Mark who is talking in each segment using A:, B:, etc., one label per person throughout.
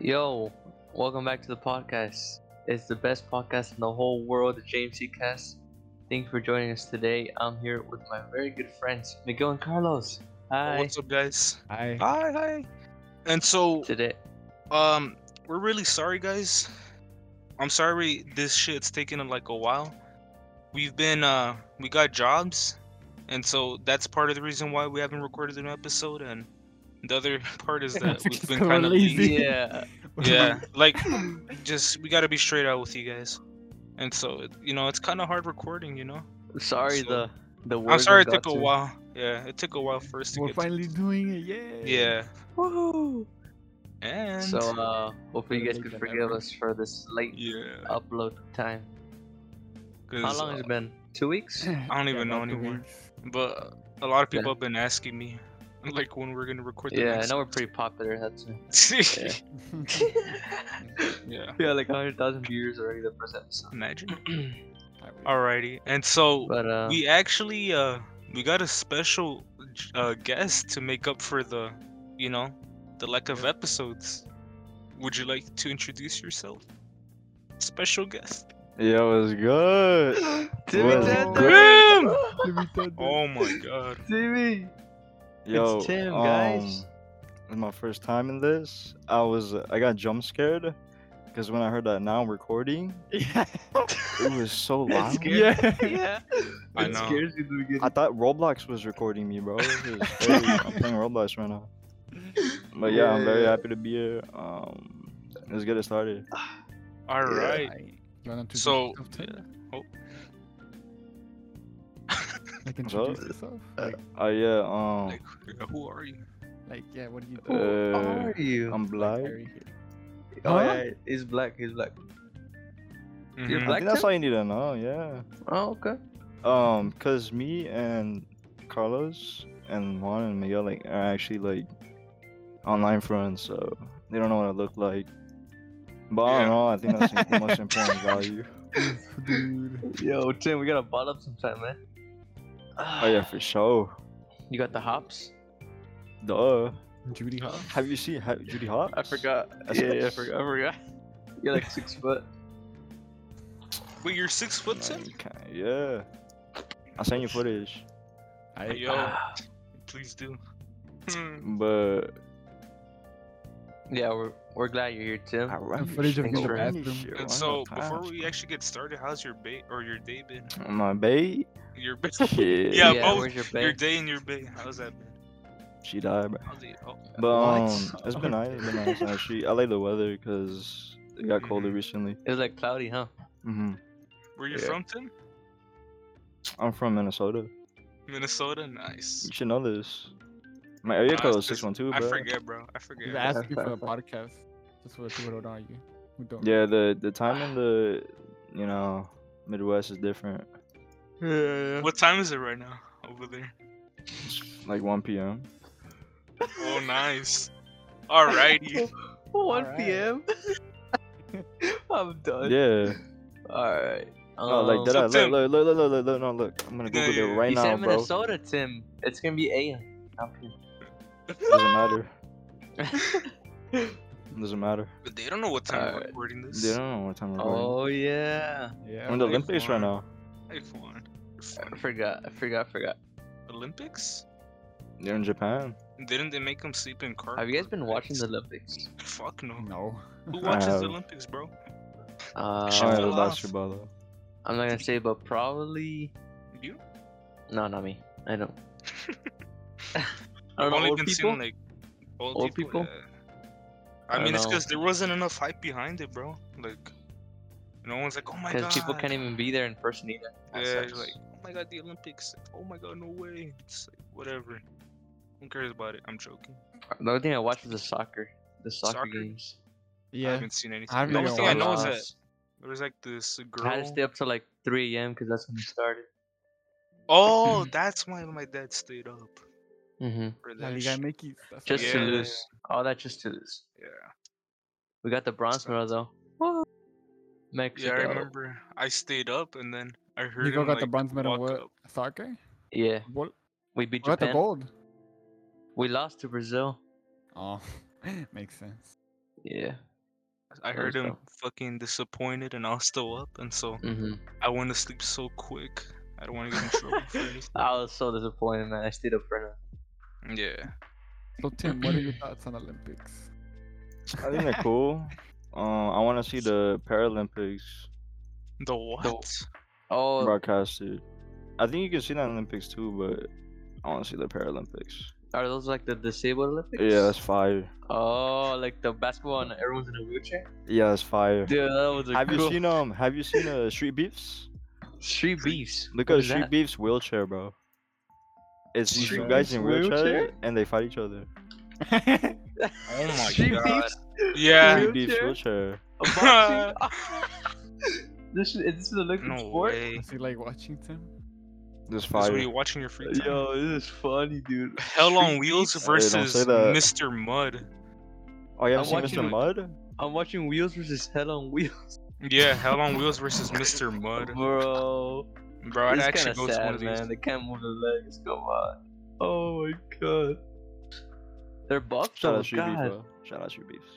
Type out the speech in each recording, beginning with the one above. A: Yo, welcome back to the podcast. It's the best podcast in the whole world, the JMC Cast. Thank you for joining us today. I'm here with my very good friends, Miguel and Carlos.
B: Oh,
A: Hi.
B: What's up, guys?
C: I
B: Hi, hi. And so,
A: Today,
B: um, we're really sorry, guys. I'm sorry this shit's taken like a while. We've been, uh, we got jobs, and so that's part of the reason why we haven't recorded an episode. And the other part is that we've been
C: We're
B: kind of
C: lazy.
A: yeah,
B: yeah, like just we got to be straight out with you guys. And so, it- you know, it's kind of hard recording, you know.
A: sorry
B: So-
A: the the word.
B: I'm sorry it took a while. Yeah, it took a while for us to
C: we're
B: get. to-
C: finally doing it. Yeah.
B: Yeah,
A: Woohoo!
B: and
A: So uh, hopefully you guys
C: Better
A: could
C: than
A: forgive
C: ever.
A: us for this late
B: yeah.
A: upload time. How
B: 'cause,
A: uh, long
B: uh,
A: has it been? Two weeks?
B: I don't even know
C: about two
B: anymore.
C: weeks.
B: But a lot of
A: Yeah.
B: people have been asking me, like, when we're gonna record the
A: Yeah, I
B: next.
A: know we're pretty popular. That's
B: Yeah,
A: yeah, like 100,000 viewers already the first episode.
B: Imagine.
C: Can't wait.
B: Alrighty, and so
A: But uh,
B: we actually uh we got a special j- uh guest to make up for the, you know, the lack of episodes. Would you like to introduce yourself? Special guest.
D: Yo, it's good.
A: Timmy
D: Whoa.
A: Tender!
C: Timmy Thunder.
B: Oh my god.
A: Timmy!
D: Yo,
A: Tim, guys.
D: um, my first time in this. I was I got jump scared because when I heard that now I'm recording,
C: Yeah.
D: it was so loud.
A: scared.
C: yeah.
A: Yeah.
B: I
A: It
B: know.
A: scares you to begin.
D: I thought Roblox was recording me, bro. It was crazy. I'm playing Roblox right now. But yeah, I'm very
A: Yeah.
D: happy to be here. Um, let's get it started.
B: Alright.
C: You want to
B: So,
C: yourself too?
B: oh.
C: like
D: So-
C: introduce yourself. Like,
D: Oh yeah, um,
B: Like, who are you?
C: like yeah. What do you
A: Who
C: do?
D: uh,
A: are you?
D: I'm
C: Like,
D: black.
C: Harry here.
A: oh
C: huh?
A: yeah, he's black. He's black. You're
B: Mhm.
D: I
A: black
D: think that's
A: too?
D: all you need to know. Yeah.
A: Oh okay.
D: Um, cause me and Carlos and Juan and Miguel like are actually like online friends, so they don't know what I look like. But I
B: Yeah.
D: don't know. I think that's the most important value.
C: Dude.
A: Yo, Tim, we gotta bottle up sometime, man.
D: Oh yeah, for sure.
A: You got the hops?
D: Duh.
C: Judy Hall.
D: Have you seen ha- Judy Hart?
A: I forgot.
D: That's
A: Yeah, yeah, I
D: nice.
A: forgot. I forgot. You're like six foot.
B: Wait, you're six foot
D: No,
B: ten?
D: you can't- Yeah. I'll send you footage.
C: I,
B: Yo,
A: Oh,
B: please do. Hmm.
D: But
A: Yeah, we're we're glad you're here, Tim.
D: I
C: footage of
A: me in the
C: bathroom.
B: And so, before we actually get started, how's your bay or your day been?
D: my babe,
B: Your bay,
D: shit,
B: Yeah, both
A: where's your
B: your
A: bag?
B: day and your bay. How's that been?
D: she died, bro.
B: How's it? Oh,
D: But
C: What?
D: um, it's been nice. It's been nice actually. I like the weather because it got colder
B: Mhm.
D: recently.
A: It was like cloudy, huh?
D: hmm
B: where you
A: Yeah.
B: from, Tim?
D: I'm from Minnesota.
B: Minnesota. Nice.
D: You should know this. My area
B: Nah,
D: code is
B: it's just-
D: six one two,
B: Ah, I
D: bro.
B: forget, bro. I forget.
C: He's asking for a podcast. That's what people don't know you. Who don't?
D: Yeah, the the
B: Ah.
D: time in the you know Midwest is different.
A: Yeah.
B: What time is it right now over there?
D: Like 1 p.m.
B: Oh, nice. Alrighty.
A: 1
C: Alright.
A: p.m. I'm done.
D: Yeah.
A: All right.
D: Oh, like that.
B: so
D: I- Look,
B: Tim-
D: look, look, look, look, look, look, no, look. I'm gonna
B: Yeah,
D: Google
B: yeah,
D: it right
A: you
D: now,
A: said
D: bro.
A: Minnesota, Tim. It's gonna be AM. not PM.
D: Doesn't matter.
A: oh
D: Doesn't matter.
B: But they don't know what time we're
A: Alright.
B: recording this.
D: They don't know what
B: Oh,
D: time we're going.
A: Oh, yeah,
C: Yeah.
D: We're in the
B: like,
D: Olympics right
B: come
D: now.
B: Hey, come on.
A: I
B: You're funny.
A: forgot. I forgot. I Forgot.
B: Olympics?
D: They're in Japan.
B: Didn't they make them sleep in cars?
A: Have you guys been watching the Um, Olympics?
B: Fuck no.
C: No.
B: Who watches the
D: have.
B: Olympics, bro?
A: Uh,
B: Shit,
D: Oh, yeah,
B: fell
D: the
B: off.
D: basketball. though.
A: I'm not gonna say, but probably
B: You?
A: no, not me. I don't. I
B: I've
A: don't know,
B: only
A: old
B: been
A: people.
B: seeing like old,
A: Old people?
B: people. yeah.
A: I
B: I,
A: don't
B: mean, it's
A: know.
B: because there wasn't enough hype behind it, bro. Like, no one's like, oh my god.
A: Because people can't even be there in person either. That
B: Yeah,
A: sucks.
B: you're like, oh my god, the Olympics. Oh my god, no way. It's like, whatever. Who cares about it? I'm joking.
A: the only thing I watch is the soccer, the soccer,
B: Soccer?
A: games.
B: I
C: Yeah.
B: haven't seen anything.
C: haven't
B: the
C: even
B: only thing I know is
C: watched
B: that there was like this
A: I
B: girl.
A: had to stay up till like 3 a.m. because that's when it started.
B: Oh, that's why my dad stayed up
A: Mm-hmm.
B: for
C: La
B: that.
C: Liga
B: shit.
C: MX. That's
A: Just
C: it.
A: to
B: Yeah.
A: lose. All that just to lose.
B: Yeah.
A: We got the bronze medal though. Woo!
B: Yeah,
A: Mexico.
B: I remember I stayed up and then I heard
C: Nico
B: him,
C: got the
B: like,
C: bronze medal.
B: walk
C: What?
B: up.
C: Soccer?
A: Yeah,
C: What?
A: we beat
C: Got the
A: Japan.
C: gold.
A: We lost to Brazil.
C: Oh, makes sense.
A: Yeah.
B: I heard
A: was
B: him
A: tough.
B: fucking disappointed and I was still up, and so
A: hmm
B: I want to sleep so quick. I don't want to get in trouble for anything.
A: I was so disappointed, man. I stayed up for nothing.
B: Yeah.
C: So Tim, what are your thoughts on Olympics?
D: I think they're cool. Um, I want to see the Paralympics
B: The what?
A: Oh,
D: broadcasted. I think you can see the Olympics too, but I want to see the Paralympics.
A: are those like the disabled Olympics?
D: Yeah, that's fire.
A: Oh, like the basketball and everyone's in a wheelchair.
D: Yeah, that's fire.
A: Dude, that was a
D: have
A: cool.
D: you seen um? Have you seen uh, Street Beefs?
A: Street Beefs?
D: Look
A: What
D: at
A: is
D: Street
A: that?
D: Beef's wheelchair, bro. It's these two
C: Street
D: guys
C: Beef's
D: in wheelchair,
A: wheelchair?
D: and they fight each other.
B: Oh my
A: Street
B: god.
A: Beefs?
B: Yeah.
D: Street Beef's wheelchair.
A: A boxing? this is this is an Olympic
B: No
A: sport.
B: way.
C: Is he like watching Tim?
D: This
B: That's
D: fire.
B: what you're watching your free time.
A: Yo, this is funny, dude.
B: Hell on Wheels
D: Hey, don't say
B: versus
D: that.
B: Mr. Mud.
D: Oh, you
A: I'm
D: haven't
A: watching
D: seen Mr.
A: it.
D: Mud?
A: I'm watching Wheels versus Hell on Wheels,
B: Yeah, Hell on Wheels versus Mr. Mud.
A: bro.
B: Bro, I'd
A: It's
B: actually
A: kind
B: go
A: of
B: to one
A: sad,
B: of these.
A: man. They can't move their legs. Come on. Oh my god. They're buff
D: Shout
A: though.
D: out Street Beefs,
A: Oh, God.
D: bro. Shout out Street Beefs.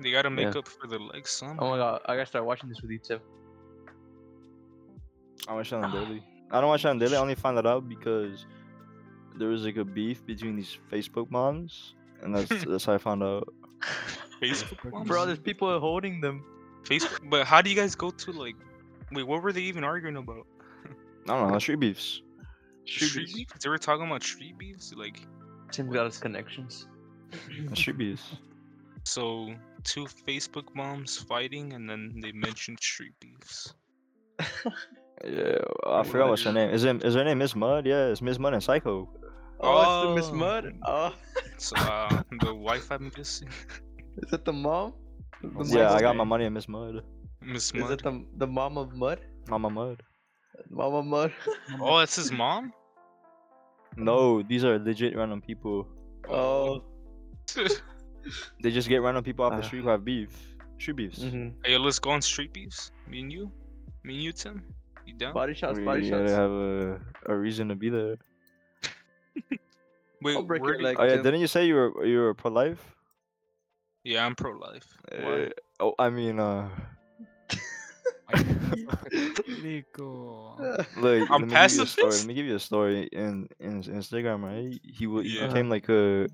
B: They gotta make
A: Yeah.
B: up for the legs somehow.
A: Oh my god. I gotta start watching this with you, Tim.
D: I watch that on daily. I don't watch that on daily. I only found that out because there was like a beef between these Facebook moms, and that's that's how I found out.
B: Facebook, moms?
A: Bro, there's people holding them.
B: Facebook. But how do you guys go to like? Wait, what were they even arguing about?
D: I don't know Street Beefs.
B: Street beef? They were talking about street beefs. Like,
A: Tim's got his connections.
D: Street Beefs.
B: so two Facebook moms fighting, and then they mentioned street beefs.
D: Yeah, I forgot what's her name. Is it is her name Miss Mud? Yeah, it's Miss Mud and Psycho.
A: Oh, it's the
B: Oh.
A: Miss Mud. Oh,
B: So uh, the wife, I'm guessing,
A: is that the mom? The
C: Oh,
A: mom
D: Yeah, I
A: of-
D: got my money on Miss Mud.
B: Miss
A: Is
B: Mud.
A: that the the mom of Mud?
D: Mama Mud.
A: Mama Mud.
B: Oh, that's his mom.
D: No, these are legit random people.
A: Oh.
D: They just get random people off
A: Ah.
D: the street who have beef. Street beefs.
A: hmm
B: Hey, let's go on street beefs. Me and you, me and you, Tim. You down?
A: Body shots.
D: We
A: Body
D: gotta
A: shots.
D: have a, a reason to be there.
B: Wait,
A: I'll break
B: where
A: your
B: do-
A: leg.
D: Oh yeah,
A: Tim.
D: didn't you say you were you were pro life?
B: Yeah, I'm pro life.
A: eh,
D: Uh, oh, I mean, uh,
C: Nico.
D: look.
B: I'm
D: let me give you a story.
B: pacifist?
D: Let me give you a story. In in Instagram, right? He wa- he
B: Yeah.
D: became like a.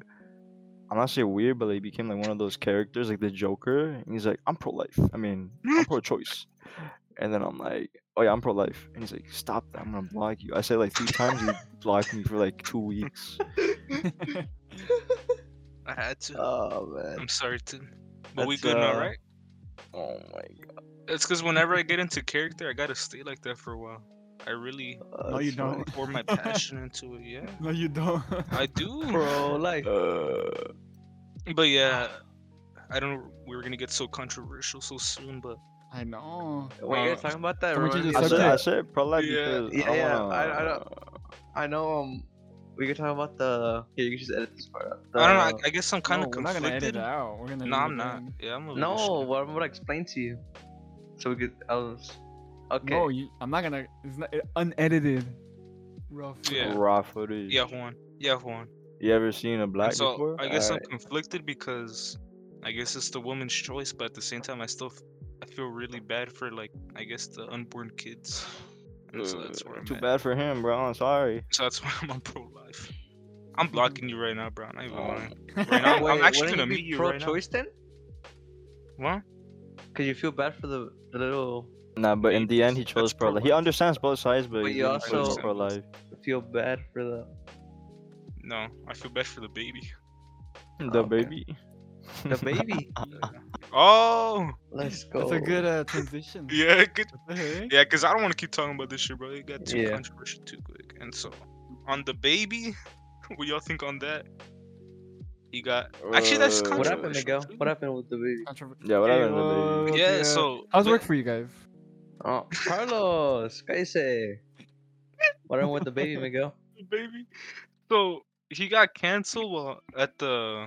D: I'm not saying weird, but like became like one of those characters, like the Joker, and he's like, "I'm pro-life. I mean, I'm pro-choice." And then I'm like, "Oh yeah, I'm pro-life," and he's like, "Stop that! I'm gonna block you." I said like three times, he blocked me for like two weeks.
B: I had to.
A: oh man.
B: I'm sorry, Tim. But we
D: that's,
B: good now,
D: uh,
B: right?
D: Oh my
B: It's because whenever I get into character, I gotta stay like that for a while. I really
A: Uh,
C: No, you
A: that's
C: don't.
B: pour my passion into it. Yeah,
C: No, you don't.
B: I do.
A: Bro, like.
D: Uh,
B: But yeah,
D: Ah.
B: I don't. know, We were gonna get so controversial so soon, but
C: I know.
A: Wait, you
B: uh,
A: guys talking about that?
C: Can we
A: Ryan?
C: change the
D: I said, I
C: subject.
D: said pro life
B: Yeah.
D: because
A: Yeah,
D: I
A: yeah,
D: wanna,
A: I- I
C: Oh.
A: I know. Um, we were talking about the. Here, you can just edit this part out.
B: I don't know.
A: The-
B: I, I guess I'm kind
C: no,
B: of
C: we're not gonna edit
B: conflicted.
C: it out. We're gonna.
B: No,
C: leave
B: I'm
C: it
B: not.
C: in.
B: Yeah, I'm a
A: No,
B: little shit.
A: what I'm gonna explain to you. So we could. I was. Okay.
C: No, you, I'm not gonna. It's not it- unedited. Rough.
B: Yeah.
D: raw footage.
B: Yeah, Juan. Yeah, Juan.
D: You ever seen a
B: And
D: black
B: so
D: before?
B: I guess
D: Alright.
B: I'm conflicted because I guess it's the woman's choice, but at the same time, I still f- I feel really bad for like I guess the unborn kids. And so that's where
D: Uh,
B: I'm
D: Too
B: at.
D: bad for him, bro. I'm sorry.
B: So that's why I'm on pro life. I'm blocking you right now, bro. I'm not even
D: Oh.
B: lying. Right now, I'm actually
A: wouldn't you
B: gonna meet
A: be
B: you right now.
A: pro-choice then?
B: What?
A: Cause you feel bad for the, the little.
D: Nah, but in the end, he chose
B: That's
D: pro life. He
B: pro-life.
D: understands both sides, but,
A: But
D: he
A: you
D: didn't choose
A: also-
D: pro life.
A: Feel bad for the.
B: No, I feel bad for the baby.
D: The
A: Oh, okay.
D: baby.
A: The baby.
B: Oh,
A: Let's go.
C: That's a good uh, transition.
B: yeah, good.
C: What the heck?
B: Yeah, because I don't want to keep talking about this shit, bro. It got too
A: Yeah.
B: controversial too quick. And so, on the baby, what y'all think on that? He got. Actually, that's
D: Uh,
A: What happened,
B: controversial.
A: Miguel?
B: too.
A: What happened with the baby?
C: Controver-
D: Yeah, what
C: Okay,
D: happened to the baby?
C: well,
B: Yeah,
C: Oh, yeah.
B: so.
C: How's
B: but-
C: work for you guys?
A: Oh, Carlos, ¿qué dice? What happened with the baby, Miguel?
B: baby. So he got canceled while at the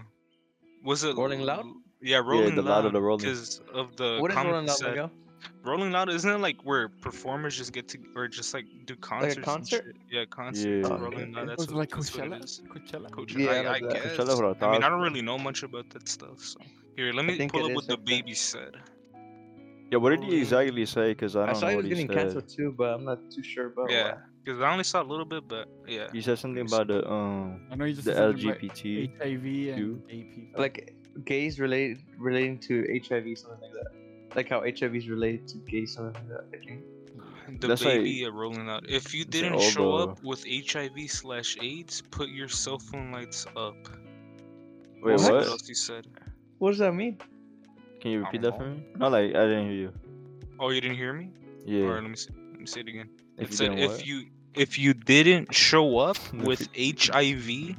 B: was it
A: Rolling Loud?
B: L- Yeah, Rolling
D: the Loud
B: Loud
D: of the Rolling.
B: because of the
A: what is
B: comedy
A: rolling out,
B: set.
A: Miguel?
B: Rolling Loud isn't it like where performers just get to or just like do concerts? and
A: concert?
B: shit? Yeah, concert.
D: Yeah.
A: Oh,
B: Rolling
A: okay.
B: Loud. That's
C: was it
B: what,
C: like
B: that's what it
C: Coachella?
B: is.
C: Coachella.
B: Coachella.
A: Yeah,
B: I, I
A: like that.
B: guess.
D: Coachella for
B: I mean, I
D: Otaku.
B: don't really know much about that stuff. So. Here, let
E: I
B: me
E: think
B: pull
E: it
B: up
E: is
B: what the
E: like that.
B: baby said.
D: Yeah, what did he
A: Holy-
D: exactly say? Because I
E: I,
D: don't
E: saw
D: know
E: he
D: what
E: was
D: he
E: getting
D: said.
E: canceled too, but I'm not too sure about
B: Yeah,
E: why.
B: because I only saw a little bit, but yeah.
D: He said something
B: Let
D: about the um
C: I know you just
D: the
C: said something about
D: LGBT.
C: HIV and
D: you.
C: gay people.
A: Like gays related relating to HIV, something like that. Like how HIV is related to gays, something like that. I think.
B: The
D: That's like-
B: baby are rolling out. If you
D: That's like
B: didn't
D: all
B: show
D: the-
B: up with HIV slash AIDS, put your cell phone lights up.
D: Wait,
B: That's
D: what?
B: else you said?
A: What does that mean?
D: Can you repeat
B: don't
D: that for me? No, like I didn't hear you.
B: Oh, you didn't hear me?
D: Yeah.
B: Alright, let me see. Let me say it again.
D: if
B: it
D: you
B: said
D: didn't
B: if
D: what?
B: you if you didn't show up
D: If
B: with HIV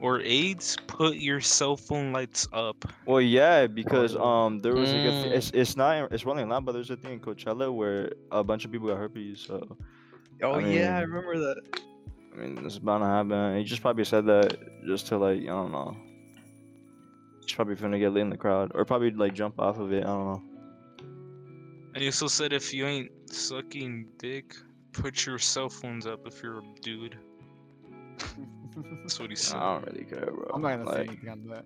B: or AIDS, put your cell phone lights up.
D: Well, yeah, because um, there was like a
A: Mm.
D: th- it's it's not it's running loud, but there's a thing in Coachella where a bunch of people got herpes. So
A: Oh
D: I
A: yeah, I
D: mean-
A: remember that.
D: I mean, it's about to happen. He just probably said that just to like I don't know. He's probably finna get lit in the crowd, or probably like jump off of it. I don't know.
B: And you also said if you ain't sucking dick, put your cell phones up if you're a dude. That's what he said.
D: I don't really care, bro.
C: I'm not gonna say
D: Like,
C: anything on that.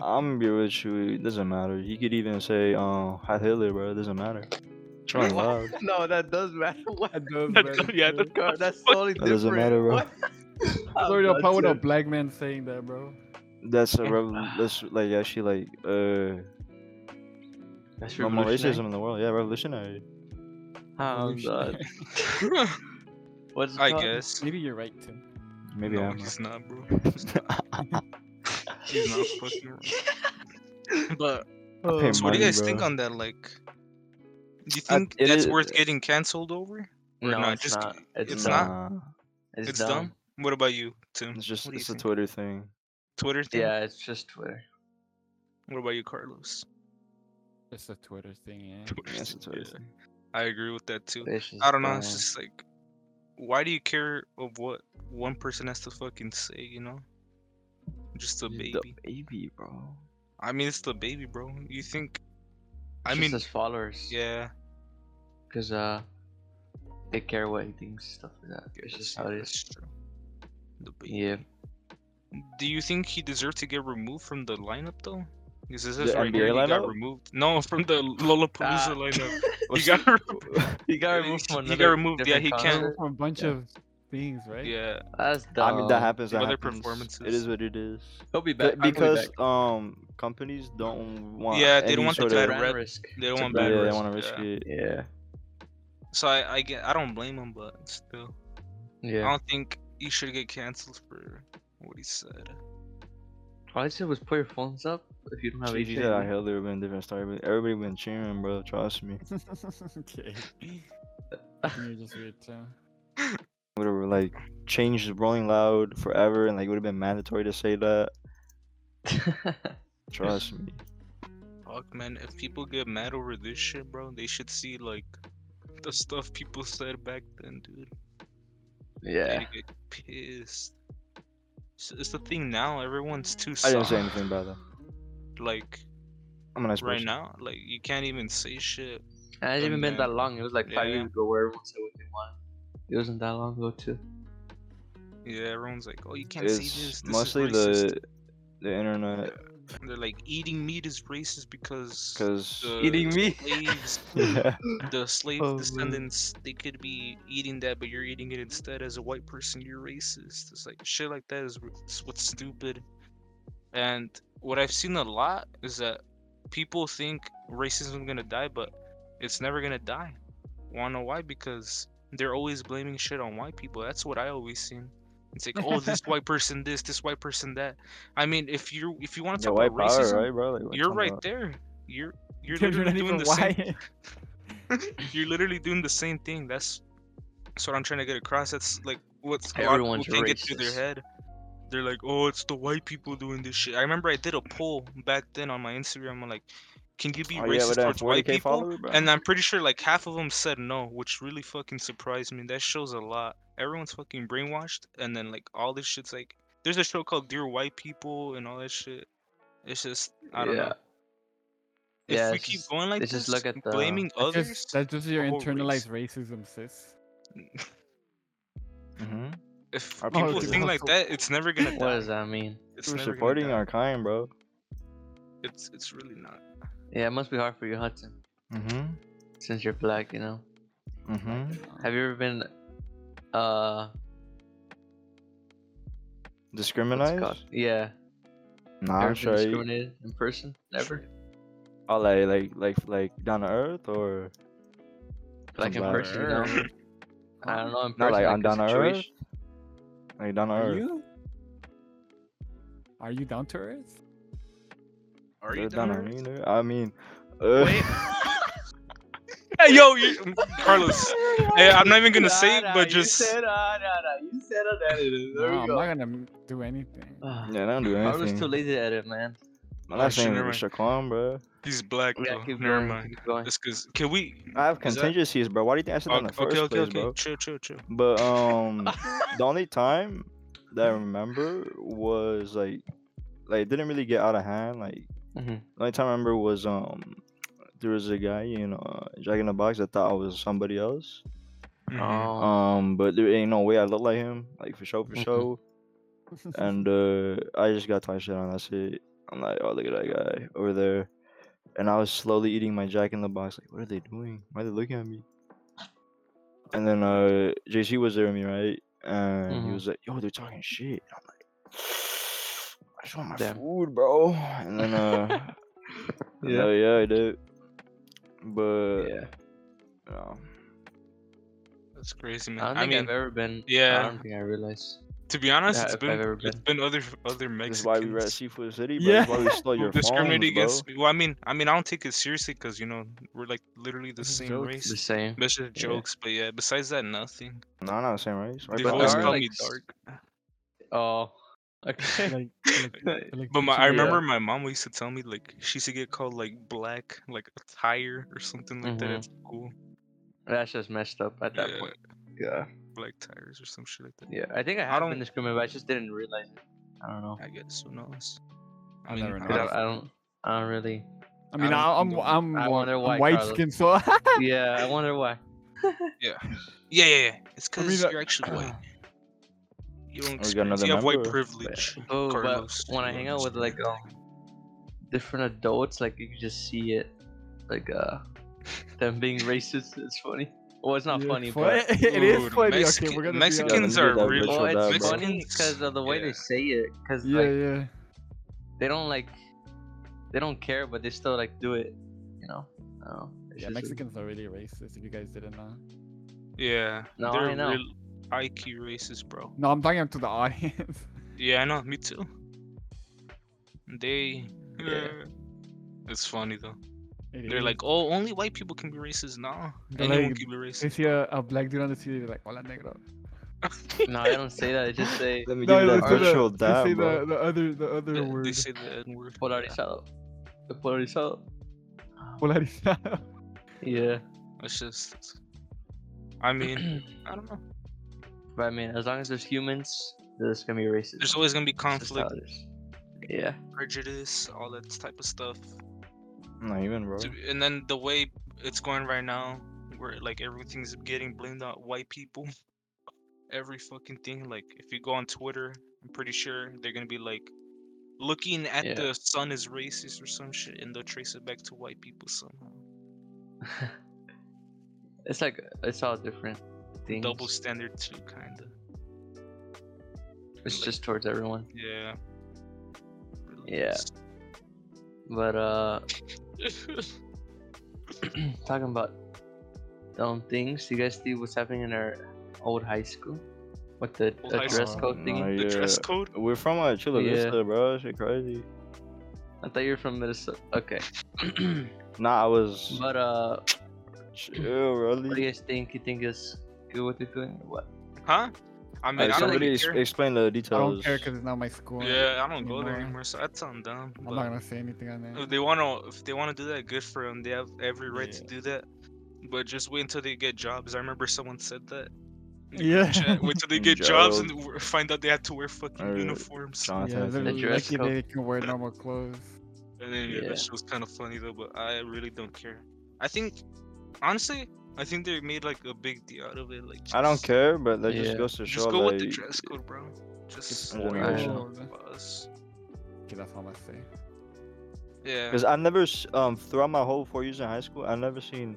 D: I'm gonna be with you. It doesn't matter. He could even say, um, "Hi Hitler, bro." It doesn't matter. It's running loud.
A: No, that does matter. What?
C: That does
B: That's-
C: matter,
B: yeah,
C: too.
B: that's-
A: God, that's totally
D: That
A: different.
D: doesn't matter, bro.
A: What?
C: It's already a part with a black man saying that, bro.
D: That's a rev- that's like actually like uh
A: That's
D: no more racism in the world. Yeah, revolutionary.
A: Oh, God.
C: Revolutionary.
A: What's it
B: I
A: called?
B: guess.
C: Maybe you're right, Tim.
D: Maybe
B: no,
D: I'm.
B: he's not, bro. He's not. he's not fucking wrong. But
D: I pay
B: so what do you
D: money,
B: guys think
D: bro.
B: on that? Like, do you
D: Uh,
B: think
D: it
B: that's
D: is-
B: worth getting canceled over? Or
A: No,
B: not,
A: it's
B: just-
A: not. It's,
B: it's
A: dumb.
B: not?
D: Nah,
A: It's,
B: It's
A: dumb.
B: dumb. What about you, Tim?
D: It's just
B: What do you
D: it's a
B: think?
D: Twitter thing.
B: Twitter thing.
A: Yeah, it's just Twitter.
B: What about you, Carlos?
C: It's a Twitter thing, yeah.
B: Twitter
D: Yeah, it's a
B: thing,
D: Twitter
B: yeah.
D: thing.
B: I agree with that too.
A: It's just
B: I don't know. It's
A: dumb.
B: just like, why do you care of what one person has to fucking say? You know, just a
C: Yeah,
B: baby.
D: The baby, bro.
B: I mean, it's the baby, bro. You think? I
A: It's
B: mean,
A: just his followers.
B: yeah.
A: Because uh, they care what he thinks, stuff like that. It's just how it is.
B: That's true. The baby.
A: Yeah.
B: Do you think he deserved to get removed from the lineup though? Because this
D: The
B: is right here,
D: NBA
B: he got
D: lineup?
B: removed. No, from the Lollapalooza
A: Ah.
B: lineup. He
D: What's
B: got removed.
A: He got
B: Yeah,
A: removed from
B: he got
A: another.
B: removed, yeah,
A: different
B: he
C: They
B: can't-
C: go
A: concert.
C: From a bunch
D: Yeah.
C: of things, right?
B: Yeah.
A: That's
D: I
A: dumb.
D: mean that happens. That
B: Um, Other
D: happens. It
B: performances.
D: is what it is.
A: He'll be
D: Th-
A: back
D: because um companies don't want.
B: Yeah, they don't
D: any
B: want the
D: sort
B: bad
D: of-
B: rep.
A: brand
B: red-
A: risk.
B: They don't
A: It's a
B: want
D: Yeah,
B: bad
D: they
B: risk,
D: want to
B: yeah.
D: risk it.
A: Yeah.
B: So I, I get I don't blame him, but still, I
A: Yeah.
B: don't think he should get canceled for what he said.
A: All I said was put your phones up if you don't have
D: If you said I
A: HIV.
D: held there been a different story, but everybody been cheering, bro. Trust me.
C: okay. I think You're just weird too.
D: Would have like changed Rolling Loud forever, and like would have been mandatory to say that. Trust me.
B: Fuck, man. If people get mad over this shit, bro, they should see like the stuff people said back then, dude. They
A: yeah.
B: get pissed. It's, it's the thing now. Everyone's too
D: I
B: soft.
D: didn't say anything about that.
B: Like
D: I'm a nice
B: right
D: person.
B: now, like you can't even say shit.
A: And it hasn't even been
B: Unbanned.
A: that long. It was like five
B: Yeah.
A: years ago where everyone said what they wanted. It wasn't that long ago too.
B: Yeah, everyone's like, oh, you can't
D: It's
B: say this. this
D: mostly
B: is racist.
D: the the internet
B: And They're like eating meat is racist because
D: because
B: the
A: Eating meat?
B: slaves,
D: yeah,
B: the slave
A: Oh, man.
B: descendants, they could be eating that, but you're eating it instead as a white person. You're racist. It's like shit like that is wh- is what's stupid. And what I've seen a lot is that people think racism's gonna die, but it's never gonna die. Wanna know why? Because they're always blaming shit on white people. That's what I always seen. It's like, oh, this white person this, this white person that. I mean, if you if you want to
D: the
B: talk
D: white
B: about
D: power,
B: racism,
D: right, bro? Like, what
B: you're
D: talking
B: right
D: about?
B: there. You're you're
C: Tim,
B: literally doing the same.
C: white.
B: You're literally doing the same thing. That's that's what I'm trying to get across. That's like what's a lot of
A: Everyone's
B: people can't get through their
A: racist.
B: head. They're like, oh, it's the white people doing this shit. I remember I did a poll back then on my Instagram. I'm like, can you be
D: Oh, yeah,
B: racist
D: with that
B: towards white
D: 40k
B: people?
D: follower, bro.
B: And I'm pretty sure like half of them said no, which really fucking surprised me. That shows a lot. Everyone's fucking brainwashed, and then like all this shit's like. There's a show called Dear White People and all that shit. It's just I don't
A: yeah.
B: know. If
A: Yeah,
B: we
A: it's
B: keep
A: just-
B: going like
A: it's
B: this,
A: just look at the-
B: blaming
C: That's
B: others.
C: just, that's just your
B: Oh,
C: internalized racism, sis.
D: hmm
B: if
D: Our
B: people
D: people
B: think
C: do.
B: like that, it's never gonna die.
A: What does that mean?
B: It's
D: We're
B: never gonna
D: supporting
B: die.
D: our kind, bro.
B: It's it's really not.
A: Yeah, it must be hard for you, Hudson,
D: Mm-hmm.
A: since you're black. You know.
D: Mm-hmm.
A: Have you ever been, uh, what's it
D: Discriminate?
A: called? Yeah.
D: Nah,
A: ever
D: I'm
A: been
D: sure. I-
A: discriminated in person? Never.
D: Oh, like, like, like, like down to earth, or
A: Like in
D: Black.
A: person, you know. I don't know in person.
D: not like on
A: the
D: down to earth. Like down to
C: Are
D: earth.
C: you? Are you down to earth?
B: Are
D: They're
B: you done?
D: down to
B: already?
D: earth, I mean, uh,
B: Wait. hey, yo, you, Carlos. Hey, I'm not even gonna say it, but just
A: You said, uh, nah, nah, you said uh, that it is. There
C: no,
A: we
C: I'm
A: go.
C: not gonna m- do anything.
A: Ah,
D: yeah, I don't do
A: I was too
D: anything.
A: lazy to edit, man.
D: I'm not
B: Actually,
D: saying
B: never
D: with Shaquan, bro.
B: he's black.
A: Yeah,
B: though.
A: keep
B: Oh, Never
A: going.
B: mind.
A: Keep going.
B: It's cause can we?
D: I have
B: Is that-
D: contingencies, bro. Why do you think I said that in the
B: Okay, okay,
D: first
B: okay,
D: place,
B: okay.
D: bro?
B: Chill, chill, chill.
D: But um, the only time that I remember was like, like it didn't really get out of hand. Like
A: Mhm.
D: the only time I remember was um, there was a guy you know uh, Jack in the Box that thought I was somebody else.
B: Mhm.
A: Oh,
D: Um, but there ain't no way I look like him, like for sure, for
A: Mhm.
D: sure. and uh, I just got my shit on. That's it. I'm like, oh look at that guy over there. And I was slowly eating my Jack in the Box. Like, what are they doing? Why are they looking at me? And then uh, JC was there with me, right? And he
A: Mhm.
D: was like, yo, they're talking shit. I'm like, I just want my
A: Damn.
D: food, bro. And then uh,
A: Yeah.
D: yeah, yeah, I did. But
A: yeah.
D: um,
B: That's crazy, man.
A: I don't
B: I,
A: think I
B: mean,
A: have ever been.
B: yeah.
A: I don't think I realized.
B: to be honest,
A: Yeah,
B: it's
A: if I've
B: been,
A: ever
B: it's been other other
D: this
B: Mexicans
D: is why we were at Seafood City, bro. This is why we stole
B: who
D: your
B: discriminate
D: phones, bro.
B: against. me. Well, I mean, I mean, I don't take it seriously because you know we're like literally the
C: This is
B: same
C: jokes.
B: race.
A: The same.
B: That's just
D: Yeah.
B: jokes, but yeah. Besides that, nothing.
D: No, not the same race. Right
B: They've
A: but
D: back
B: always
D: there.
A: are,
B: called
A: like,
B: me
A: s-
B: dark.
A: Oh. Okay.
C: Like, like, like
B: But my,
C: bitches
B: I
C: are-
B: remember my mom used to tell me like she used to get called like black, like attire or something like that.
D: Mm-hmm.
A: Mhm.
B: It's cool.
A: That's just messed up at that
B: Yeah,
A: point. Yeah.
B: Black tires or some shit like that.
A: Yeah. I think I have
B: don't-
A: been discriminated, but I just didn't realize it. I don't know.
B: I guess who knows.
C: I never
A: I
C: know.
A: don't,
B: don't-
A: I don't. I don't really.
C: I mean,
B: don't
C: I am
B: think I'm-
C: I'm,
A: I
C: I'm,
A: wonder why,
C: I'm white
A: Carlos.
C: skin, so
A: Yeah. I wonder why.
B: Yeah, yeah, yeah. It's
C: I mean,
B: because
C: uh,
B: you're actually white. You don't
D: Oh, we got
B: experience.
D: another
B: You have white
D: member.
B: privilege.
A: Oh, but
B: Carlos,
A: when I
B: you
A: hang out with like
B: understand.
A: um, different adults, like you can just see it, like uh, them being racist. It's funny. Well, it's not funny, but
C: it is
B: Dude,
C: funny.
B: Mexican-
C: okay, we're gonna uh,
D: Yeah,
B: Mexicans
D: let me
B: are
D: get that
B: really-
D: bitch
A: well, it's
D: with that, bro.
A: funny uh, because of the way
B: Yeah.
A: they say it. Because
C: Be honest.
A: like
C: yeah, yeah.
A: they don't like, they don't care, but they still like do it. You know. I don't know. It's
C: Yeah,
A: just-
C: Mexicans are really racist. If you guys didn't know.
B: Yeah.
A: No,
B: they're
A: I know.
B: real IQ racist, bro.
C: No, I'm talking to the audience.
B: Yeah, I know. Me too. They. eh,
A: Yeah.
B: It's funny though.
C: It
B: They're
C: is.
B: like, oh, only white people can be racist. No,
C: They're
B: anyone
C: like,
B: can be
C: They
B: racist.
C: see a, a black dude on the street, they're like, hola negro.
A: No, I don't say that. I just say
D: Let me
C: No,
D: give you
C: they
D: that
C: say the-
D: virtual
C: they
D: dab,
C: say
D: bro.
C: the, the other, the other
B: They,
C: word.
B: they say the N word.
A: polarizado. The polarizado.
C: Polarizado.
A: Yeah.
B: It's just. I mean, I don't know.
A: But I mean, as long as there's humans, there's gonna be racist.
B: There's always gonna be
A: It's just how
B: conflict,
A: it is. Yeah.
B: prejudice, all that type of stuff.
D: Not even, bro.
B: To- And then the way it's going right now, where like everything's getting blamed on white people. Every fucking thing. Like if you go on Twitter, I'm pretty sure they're gonna be like, looking at
A: Yeah.
B: the sun is racist or some shit, and they'll trace it back to white people somehow.
A: it's like it's all different things.
B: Double standard too, kinda.
A: it's
B: like-
A: just towards everyone.
B: Yeah.
A: Yeah. But uh,
B: Relax.
A: talking about um things, you guys see what's happening in our old high school with the,
B: Old
A: the
B: high
A: dress
B: school.
A: code
D: Oh,
A: thingy?
D: nice.
B: The dress
D: Yeah.
B: code.
D: We're from uh, Chula
A: Yeah.
D: Vista, bro. That Shit crazy.
A: I thought you were from Minnesota. Okay,
D: Nah, I was
A: but uh, what do
D: chill,
A: you
D: really.
A: guys think? You think is good what they're doing? Or what?
B: Huh? I mean,
D: Like,
B: I don't
D: somebody
B: really
D: ex-
B: care.
D: explain the
C: I
D: details.
C: don't care because it's not my school.
B: Yeah, I don't go there
C: anymore.
B: anymore, so that's on them.
C: I'm
B: But
C: not gonna say anything on that.
B: if they wanna, if they wanna do that, good for them. They have every right to
C: Yeah.
B: do that. But just wait until they get jobs. I remember someone said that. in the group
C: Yeah.
B: chat, Wait till they get jobs and w- find out they have to wear fucking
D: Or
B: uniforms.
D: Jonathan,
C: Yeah,
D: I
C: they're
A: The
D: think.
A: dress
C: lucky
A: code.
C: they can wear normal clothes.
B: And then yeah,
A: Yeah.
B: that shit was kind of funny though, but I really don't care. I think, honestly, I think they made like a big deal out of it. Like
D: I don't
B: just-
D: care, but that just
A: Yeah.
D: goes to
B: Just
D: show,
B: go
D: like,
B: with the dress code, bro. Just
D: I don't
B: spoil
A: know.
B: it for us.
C: Okay, that's all I'm gonna say.
B: Yeah.
D: Because I never, s- um, throughout my whole four years in high school, I never seen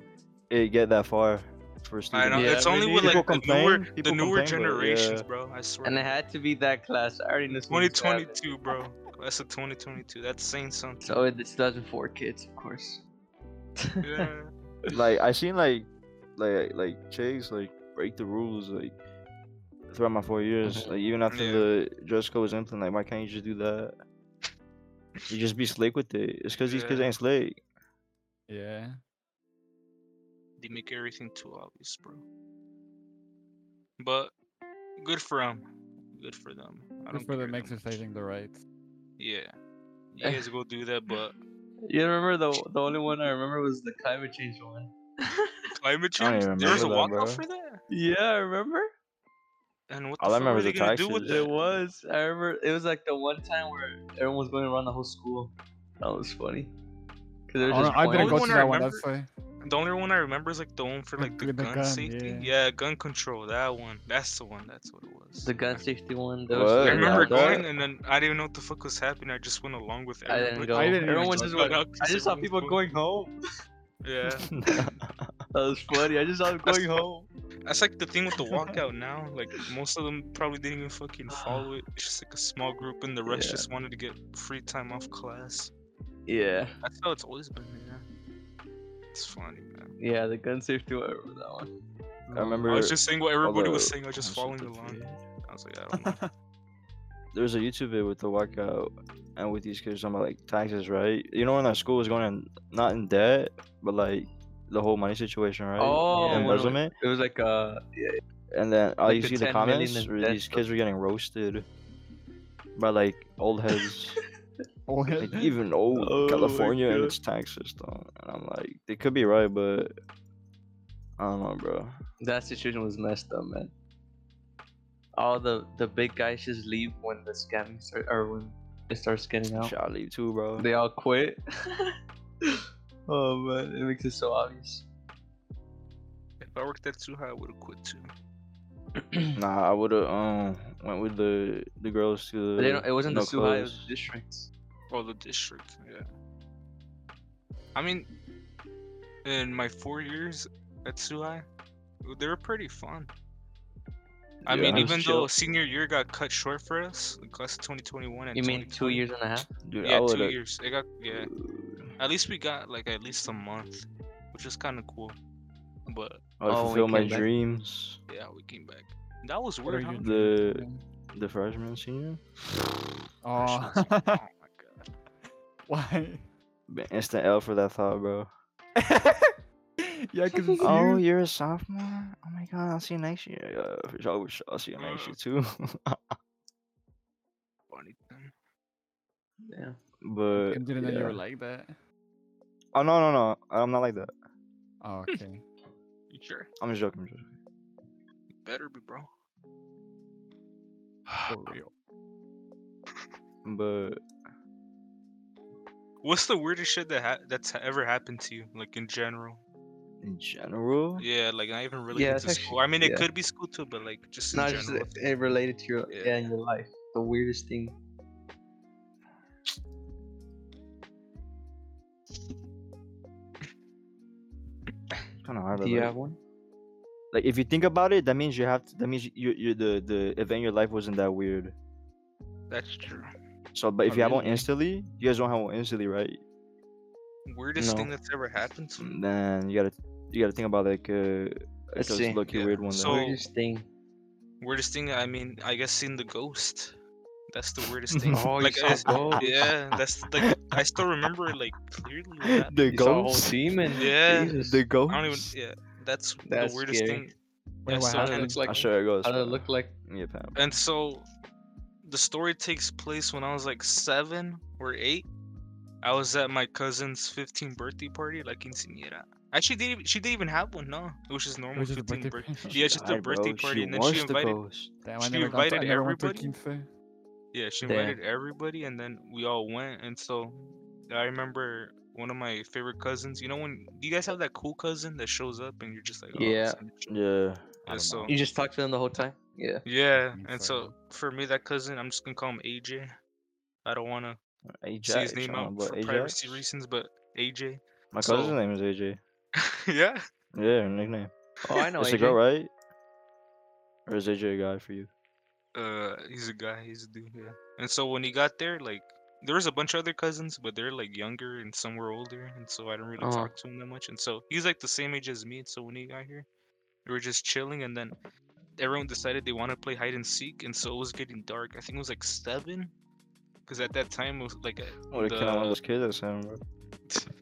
D: it get that far for a student.
B: I know.
A: Yeah,
B: it's
A: me
B: only with
D: neither.
B: like the
D: People
B: newer,
D: complain,
B: the
D: people
B: newer
D: complain, but yeah.
B: generations, bro. I swear.
A: And it had to be that class. I already knew something was gonna happen.
B: 2022, bro. That's a 2022. That's saying something.
A: So it's 2004 kids, of course.
B: yeah.
D: like I seen like like like chicks like break the rules like throughout my four years.
A: Mm-hmm.
D: Like even after
B: Yeah.
D: the dress code was implemented, like why can't you just do that? You just be slick with it. It's because these kids
B: Yeah.
D: ain't slick.
C: Yeah.
B: They make everything too obvious, bro. But good for them. Good for them. I
C: Just
B: don't
C: for
B: care
C: them
B: that much.
C: exercising the rights.
B: Yeah. You guys go do that, but
A: You remember the the only one I remember was the climate change one.
B: climate
D: I don't
B: change.
D: even
B: There was a
D: remember that,
B: walkout
D: bro.
B: for that.
A: Yeah, I remember.
B: And what the
D: All
B: fuck
D: I remember
B: were
D: is
B: they
D: the
B: gonna do with
D: taxes.
B: that?
A: It was. I remember. It was like the one time where everyone was going around the whole school. That was funny. Cause there
C: I,
A: was
C: don't know,
A: just
C: I
A: points.
C: didn't go
B: Only one I
C: to that one.
B: remember-
C: That's why.
B: The only one I remember is like the one for
C: With-
B: like the,
C: with the
B: gun,
C: gun,
B: safety. Yeah. gun control. That one. That's the one. That's what it was.
A: the gun safety one. There was
D: What?
B: I
A: there was
B: remember
A: that one.
B: going and then I didn't even know what the fuck was happening. I just went along with
A: I
B: everybody.
A: didn't go.
C: I didn't even
A: Everyone
C: join
A: just
B: that.
A: went.
B: Got out
A: I
B: 'cause
A: just saw
B: everyone was
A: people going
B: going.
A: home.
B: Yeah.
A: That was funny. I just saw them
B: That's
A: going home.
B: That's like the thing with the walkout now. Like most of them probably didn't even fucking follow it. It's just like a small group, and the rest
A: Yeah.
B: just wanted to get free time off class.
A: Yeah.
B: That's how it's always been, yeah. It's funny, man.
A: Yeah. The gun safety one. I remember that one.
D: I remember
B: I was just saying what everybody was
D: the-
B: saying. I was just
D: oh,
B: following
D: shit,
B: along. I was like, I don't know.
D: there was a YouTube video with the walkout and with these kids talking about like taxes, right? You know when our school was going in, not in debt, but like the whole money situation, right?
A: Oh,
D: And
A: when it was-
D: embezzlement.
A: It was like uh. Yeah.
D: And then all
A: Like
D: you
A: the
D: see the
A: 10 million
D: comments
A: in
D: were
A: debt
D: these
A: stuff.
D: kids were getting roasted by like old heads,
C: Oh,
D: like even old
A: Oh my
D: California and
A: God.
D: its tax system. And I'm like, they could be right, but I don't know, bro.
A: That situation was messed up, man. All the the big guys just leave when the scamming start or when it starts getting out.
D: Should I leave too, bro?
A: They all quit. oh man, it makes it so obvious.
B: If I worked at too high, I would have quit too.
D: Nah, I would have um went with the the girls to the.
A: But they don't, it wasn't
D: no
A: the Suhai, it was
D: clothes.
A: the districts.
B: Oh, the district, yeah. I mean, in my four years at Suhai, they were pretty fun. I
D: Yeah,
B: mean,
D: it was
B: even
D: chill.
B: though senior year got cut short for us, the class of 2021 and
A: You mean two
B: 2020
A: years and a half?
D: Dude, I
B: Yeah,
D: would
B: two
D: have.
B: years. It got yeah. At least we got like at least a month, which is kind of cool. But
D: I would
A: Oh, we
D: fulfill my
A: came back.
D: dreams.
B: yeah, we came back. That was
C: What are
B: weird.
C: you
B: Huh?
D: The
C: doing?
D: the freshman senior,
C: Oh,
B: Freshman senior- oh my god.
C: why?
D: Been instant L for that thought, bro.
C: yeah, cause it's
D: Oh,
C: you.
D: you're a sophomore. Oh my god, I'll see you next year. Yeah, for sure. I wish I'll see you next
B: Mm.
D: year too.
B: Funny thing.
A: Yeah.
D: but
C: And didn't know you
D: yeah.
C: were like that.
D: oh no no no, I'm not like that.
C: Oh, okay.
B: You sure?
D: I'm just joking. I'm just joking.
B: You better be, bro.
C: For real.
D: But
B: What's the weirdest shit that ha- that's ha- ever happened to you, like in general?
D: in general,
B: Yeah, like not even related
A: Yeah,
B: to
A: it's
B: school. I mean, it
A: yeah.
B: could be school too, but like just in
A: Not just
B: general.
A: it related to your
B: Yeah.
A: yeah. in your life. The weirdest thing.
D: kind of hard.
A: Do you
D: like,
A: have one?
D: like if you think about it, that means you have. To, that means you you the the event in your life wasn't that weird.
B: That's true.
D: So, but if
C: Oh,
D: you have one
C: really?
D: instantly, you guys don't have one instantly, right?
B: Weirdest thing
D: No.
B: that's ever happened to me.
D: Then you gotta you gotta think about like uh, like
A: Let's
D: a
A: see.
D: lucky
B: Yeah.
D: weird one.
B: So-
D: So,
A: Weirdest thing.
B: Weirdest thing, I mean, I guess seeing the ghost. That's the weirdest thing.
A: Oh, you
B: like,
A: saw
B: it's-
A: ghosts.
B: yeah, that's like I still remember it like clearly. what happened.
D: the
A: You saw a whole
D: ghost,
A: demon.
B: Yeah.
A: Jesus.
D: the ghost.
B: I don't even. Yeah, that's,
A: That's
B: the weirdest
A: scary.
B: thing.
C: Wait,
B: I
C: what
B: still
A: How
C: happened?
A: did it look
B: can't-
A: like?
D: I'll show you a ghost.
A: How did
D: bro.
A: it look like?
D: Yeah, fam.
B: And so, the story takes place when I was like seven or eight. I was at my cousin's 15th birthday party, like quinceañera. Actually, did even, she didn't even have one. No, it was just normal
C: was just a
B: 15th birthday.
C: birthday party.
B: Yeah, it's just a
D: Alright, bro,
B: birthday party,
D: she
B: and then she
D: wants the
B: invited.
D: ghost.
C: Damn, I
B: She
C: never got to, I
B: invited
C: never went to
B: everybody?
C: Quince.
B: Yeah, she
A: Damn.
B: invited everybody, and then we all went. And so, I remember one of my favorite cousins. You know when you guys have that cool cousin that shows up, and you're just like, oh,
A: Yeah.
B: this-
C: I
D: Yeah.
B: And
C: don't
B: so,
C: know.
A: You just talked to them the whole time. Yeah.
B: Yeah,
C: think
B: and
C: so,
B: so for me, that cousin, I'm just gonna call him AJ. I don't wanna
D: Ajax.
B: see his
D: I
B: name
D: don't know,
B: out
D: um, but
B: for
D: Ajax?
B: privacy reasons, but AJ.
D: My
B: so-
D: cousin's name is AJ.
B: yeah.
D: Yeah, her nickname.
A: Oh, I know.
D: it's
A: AJ.
D: a girl, right? Or is AJ a guy for you?
B: Uh, he's a guy. He's a dude. Yeah. And so when he got there, like there was a bunch of other cousins, but they're like younger and some were older, and so I didn't really
A: Uh-huh.
B: talk to him that much. And so he's like the same age as me. And so when he got here, we were just chilling, and then everyone decided they want to play hide and seek, and so it was getting dark. I think it was like seven, because at that time it was like a-
D: What a kid one of
B: Oh, The-
D: those kids that's him, bro.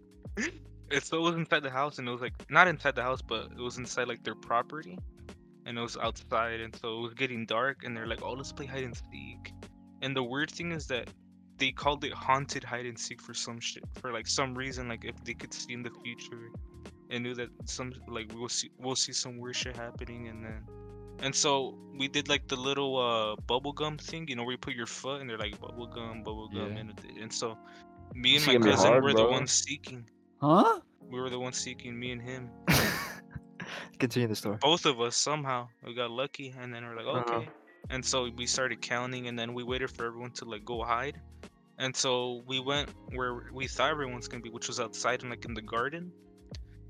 B: it's it was inside the house and it was like not inside the house but it was inside like their property and it was outside and so it was getting dark and they're like oh let's play hide and seek and the weird thing is that they called it haunted hide and seek for some shit for like some reason like if they could see in the future and knew that some like we'll see we'll see some weird shit happening and then and so we did like the little uh bubble gum thing you know where you put your foot and they're like bubble gum bubble gum
D: Yeah.
B: and, it- and so me and
D: This
B: my
D: is gonna be
B: cousin
D: hard,
B: were the
D: bro.
B: ones seeking
C: Huh?
B: we were the ones seeking, me and him.
D: Continue the story.
B: Both of us somehow. We got lucky and then we're like,
A: Uh-huh.
B: okay. And so we started counting and then we waited for everyone to like go hide. And so we went where we thought everyone's gonna be, which was outside and like in the garden.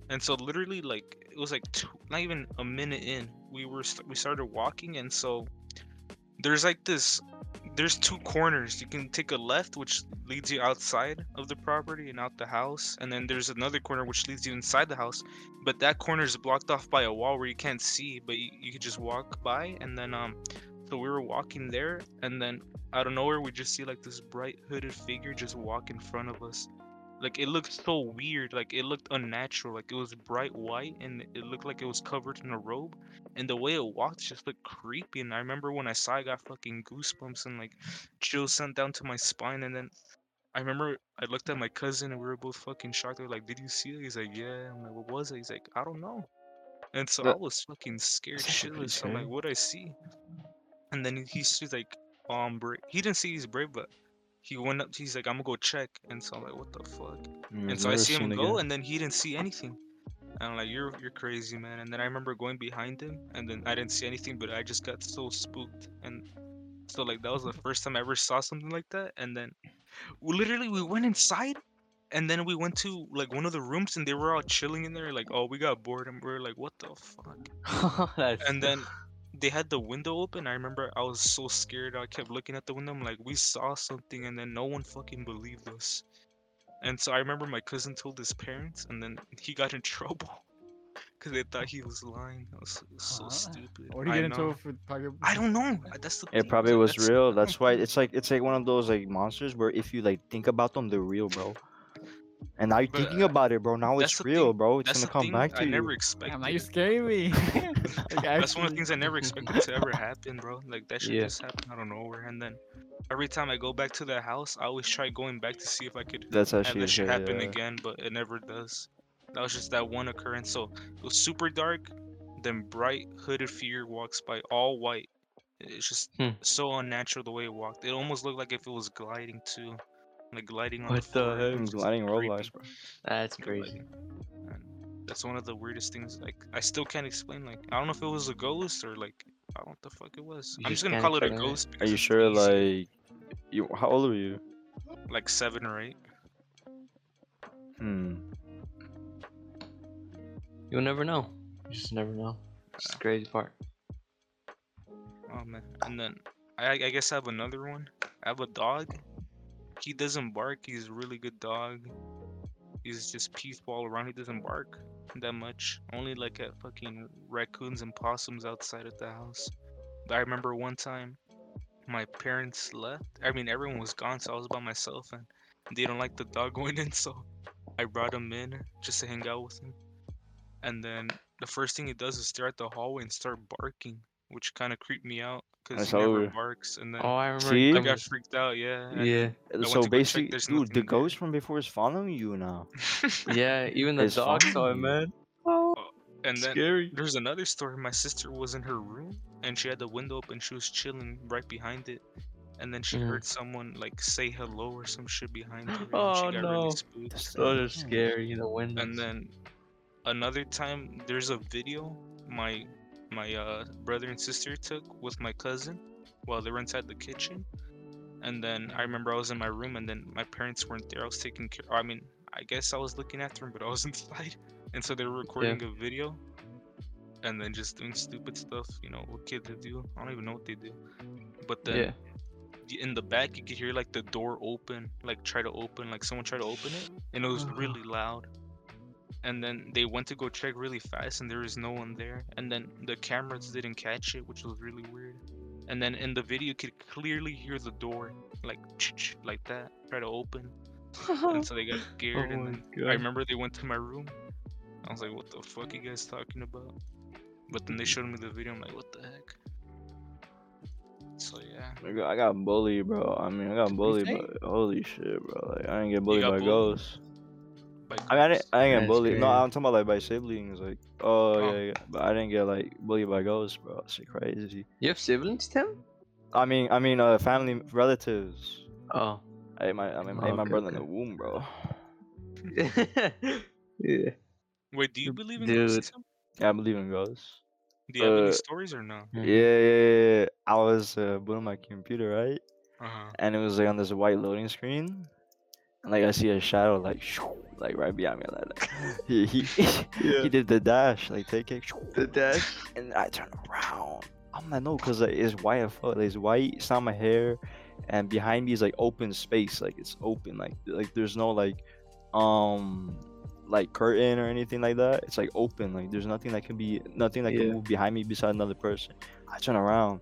B: And so literally like it was like two, not even a minute in, we were st- we started walking and so there's like this there's two corners. You can take a left, which leads you outside of the property and out the house, and then there's another corner which leads you inside the house. But that corner is blocked off by a wall where you can't see, but you, you could just walk by. And then, um, so we were walking there, and then out of nowhere we just see like this bright hooded figure just walk in front of us. Like it looked so weird, like it looked unnatural. Like it was bright white, and it looked like it was covered in a robe and the way it walked just looked creepy. And I remember when I saw, it, I got fucking goosebumps and like chills sent down to my spine. And then I remember I looked at my cousin and we were both fucking shocked. They were like, "Did you see it?" He's like, "Yeah." I'm like, "What was it?" He's like, "I don't know." And so
D: Yeah.
B: I was fucking scared
D: That's not pretty
B: shitless. I'm like,
D: scary.
B: "What I see?" And then he- he's just like, "Um, bra-. he didn't see he's brave, but." He went up. He's like, "I'm gonna go check," and so I'm like, "What the fuck?"
D: Mm-hmm.
B: And so I see him go, and then he didn't see anything. And I'm like, "You're you're crazy, man." And then I remember going behind him, and then I didn't see anything, but I just got so spooked, and so like that was the first time I ever saw something like that. And then, we literally, we went inside, and then we went to like one of the rooms, and they were all chilling in there, like, "Oh, we got bored," and we were like, "What the fuck?"
A: That's-
B: And then they had the window open. I remember I was so scared. I kept looking at the window. I'm like, we saw something, and then no one fucking believed us. And so I remember my cousin told his parents, and then he got in trouble because they thought he was lying. That was so
C: Huh?
B: stupid.
C: What do you
B: I
C: get
B: know.
C: into for talking?
B: I don't know. I- That's the.
D: It
B: thing,
D: probably
B: like,
D: was
B: that's-
D: real.
B: I
D: That's
B: don't
D: why
B: know.
D: it's like it's like one of those like monsters where if you like think about them, they're real, bro. And now you're
B: But,
D: thinking
B: uh,
D: about it, bro. Now
B: that's
D: it's
B: the
D: real,
B: thing-
D: bro. It's
B: That's
D: gonna
B: the
D: come
B: thing
D: back to
B: I
D: you.
B: never expected.
C: Damn, now you're scaring me. Like,
B: That's one of the
C: actually.
B: things I never expected to ever happen, bro. Like that shit
A: Yeah.
B: just happened out of nowhere, and then every time I go back to that house, I always try going back to see if I could
D: That's
B: have
D: actually
B: that shit
D: okay,
B: happen
A: uh,
D: yeah.
B: again, but it never does. That was just that one occurrence. So it was super dark, then bright hooded figure walks by, all white. It's just
A: Hmm.
B: so unnatural the way it walked. It almost looked like if it was gliding too, like gliding on
A: What
B: the
A: the
B: floor.
A: heck?
B: It
D: I'm
B: was
D: gliding
B: creepy.
D: Roblox, bro.
A: That's
B: But, like,
A: crazy.
B: and That's one of the weirdest things. Like, I still can't explain. Like, I don't know if it was a ghost or like, I don't know what the fuck it was.
A: You
B: I'm
A: just
B: just gonna
A: can't
B: call it a
A: explain it.
B: ghost.
D: Are
B: because
D: you
B: it's
D: sure?
B: easy.
D: Like, you? How old were you?
B: like seven or eight?
D: Hmm.
A: You'll never know. You just never know. It's the crazy part.
B: Oh man. And then I, I guess I have another one. I have a dog. He doesn't bark. He's a really good dog. He's just peaceful all around. He doesn't bark that much. Only like at fucking raccoons and possums outside of the house. But I remember one time my parents left. I mean, everyone was gone, so I was by myself, and they don't like the dog going in, so I brought him in just to hang out with him. And then the first thing he does is stare at the hallway and start barking, which kind of creeped me out because
D: That's
B: he never
D: over.
B: barks. And then
A: Oh, I remember.
D: See?
B: I
A: you
B: got
A: told
B: freaked out, yeah.
A: me- Yeah,
D: Uh,
B: went to go
D: So
B: check,
D: basically,
B: there's
D: dude, the
B: nothing there.
D: ghost from before is following you now.
B: and
A: yeah. Even the
D: It's
A: dog saw it,
D: fine.
A: man.
B: Oh. then
A: Scary.
B: there's another story. My sister was in her room and she had the window open. She was chilling right behind it. And then she
A: Mhm.
B: heard someone like say hello or some shit behind her. And
A: Oh,
B: she got
A: no.
B: really spooked.
A: Those are scary. The windows.
B: And then another time, there's a video my my uh, brother and sister took with my cousin while they were inside the kitchen. And then I remember I was in my room, and then my parents weren't there. I was taking care. I mean, I guess I was looking after him, but I was inside. And so they were recording a video, and then just doing stupid stuff. You know what kids do? I don't even know what they do. But then
A: yeah.
B: y- in the back you could hear like the door open like try to open like someone tried to open it and it was really loud and then they went to go check really fast and there was no one there and then the cameras didn't catch it which was really weird and then in the video you could clearly hear the door like like that try to open
A: Oh.
B: and so they got scared and then I remember they went to my room. I was like, what the fuck you guys talking about? But then they showed me the video. I'm like, what the heck? So yeah.
D: I got, I got bullied, bro. I mean, I got bullied,
C: think?
D: but holy shit, bro. Like, I didn't get bullied
B: got
D: by
B: bullied?
D: ghosts.
B: By
D: I mean, I didn't,
B: ghosts.
D: I didn't get
A: That's
D: bullied. No,
A: crazy.
D: I'm talking about like by siblings. Like, oh, yeah, yeah, but I didn't get like bullied by ghosts, bro. It's like, crazy.
A: You have siblings, Tim?
D: I mean, I mean, uh, family relatives.
A: Oh.
D: I ate my, I mean, I ate
A: Oh,
D: my
A: okay,
D: brother in
A: okay.
D: the womb, bro.
A: yeah.
B: Wait, do you believe in
A: Dude.
B: ghosts? Sam?
D: Yeah, I believe in ghosts.
B: Do you have
D: Uh,
B: any stories or no?
A: Hmm. Mm-hmm.
D: Yeah, yeah, yeah, yeah. I was uh, booting my computer, right?
B: Uh-huh.
D: and it was like on this white loading screen, and like I see a shadow like shoo, like right behind me. Like, like, he he, he did the dash like take it, shoo,
A: The dash.
D: and I turn around. I'm like no, cause like, it's white as fuck. Like, it's white. It's not my hair, and behind me is like open space. Like it's open. Like like there's no like um like curtain or anything like that. It's like open. Like there's nothing that can be nothing that can
A: Yeah.
D: move behind me beside another person. I turn around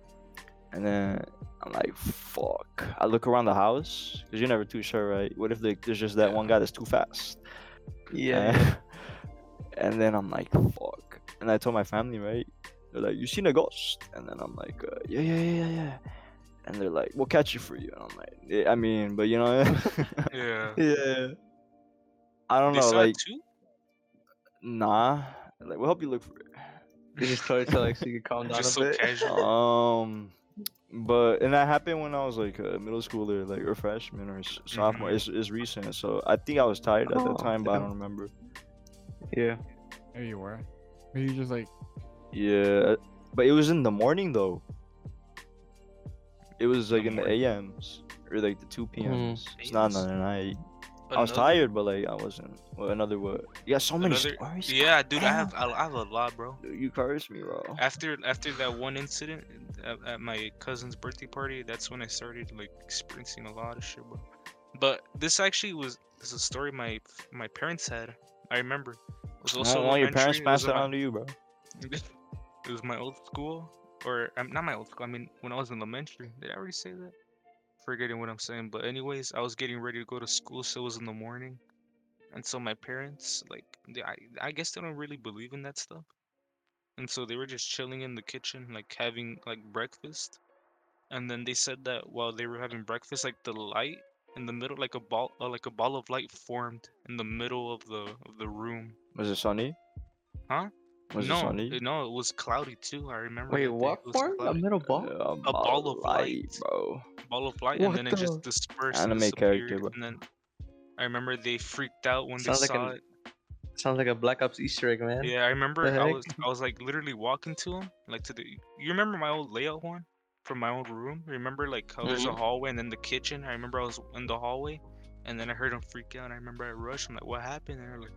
D: and then I'm like, fuck. I look around the house because you're never too sure, right? What if like, there's just that one guy that's too fast?
A: Yeah.
D: Uh, And, and then I'm like, fuck. And I told my family, right? They're like, you seen a ghost? And then I'm like, uh, yeah, yeah, yeah, yeah, yeah. And they're like, we'll catch you for you. And I'm like, yeah, I mean, but you know,
B: Yeah.
A: Yeah.
D: I don't
B: They
D: know,
B: saw
D: like,
B: it too?
D: nah. Like, we'll help you look for it.
A: They just told her to like so you could calm down
B: Just
A: a
B: so
A: bit.
B: casual.
D: um but and that happened when i was like a middle schooler like or freshman or s- sophomore it's, it's recent so i think i was tired at
A: Mm-hmm. Oh,
D: that time but i
A: damn.
D: don't remember
A: Yeah.
C: Maybe you were. Maybe you just like
D: yeah but it was in the morning though it was like in the
B: morning.
D: ams or like the 2 p.m.s it's not in
B: Jesus.
D: the night i was
B: Another-
D: tired but like i wasn't well, another what you got so many
B: Another-
D: stories
B: Yeah, dude, I have I have a lot, bro.
D: Dude, you cursed me bro
B: After after that one incident at, at my cousin's birthday party, that's when I started like experiencing a lot of shit, bro. But this actually was this is a story my my parents had. I remember. It was
D: also well, your
B: elementary,
D: parents
B: it was
D: passed
B: in
D: it
B: my-
D: on to you bro
B: it was my old school, or um, not my old school. I mean, when I was in elementary. Did I already say that? Forgetting what I'm saying. But anyways, I was getting ready to go to school, so it was in the morning, and so my parents, like, they, I, I guess they don't really believe in that stuff, and so they were just chilling in the kitchen, like having like breakfast, and then they said that while they were having breakfast, like the light in the middle, like a ball, uh, like a ball of light formed in the middle of the of the room.
D: was it sunny
B: Huh?
D: was
B: no,
D: it sunny
B: it- no, it was cloudy too. I remember.
A: Wait,
B: that day,
A: what
B: it was
A: form? A
B: cloudy.
A: middle ball?
D: Yeah,
B: A ball of light.
D: bro.
B: ball of light,
A: What
B: and then it just
A: the-
B: dispersed.
D: Anime
B: and
D: character,
B: disappeared,
D: bro.
B: And then I remember they freaked out when
A: Sounds
B: they
A: like
B: saw
A: an-
B: it.
A: Sounds like a Black Ops Easter egg, man.
B: Yeah, I remember. I
A: heck?
B: was I was like literally walking to him, like to the. You remember my old layout one from my old room? Remember like how there's a
A: Mhm.
B: hallway and then the kitchen. I remember I was in the hallway, and then I heard him freak out. And I remember I rushed. I'm like, what happened? And they're like.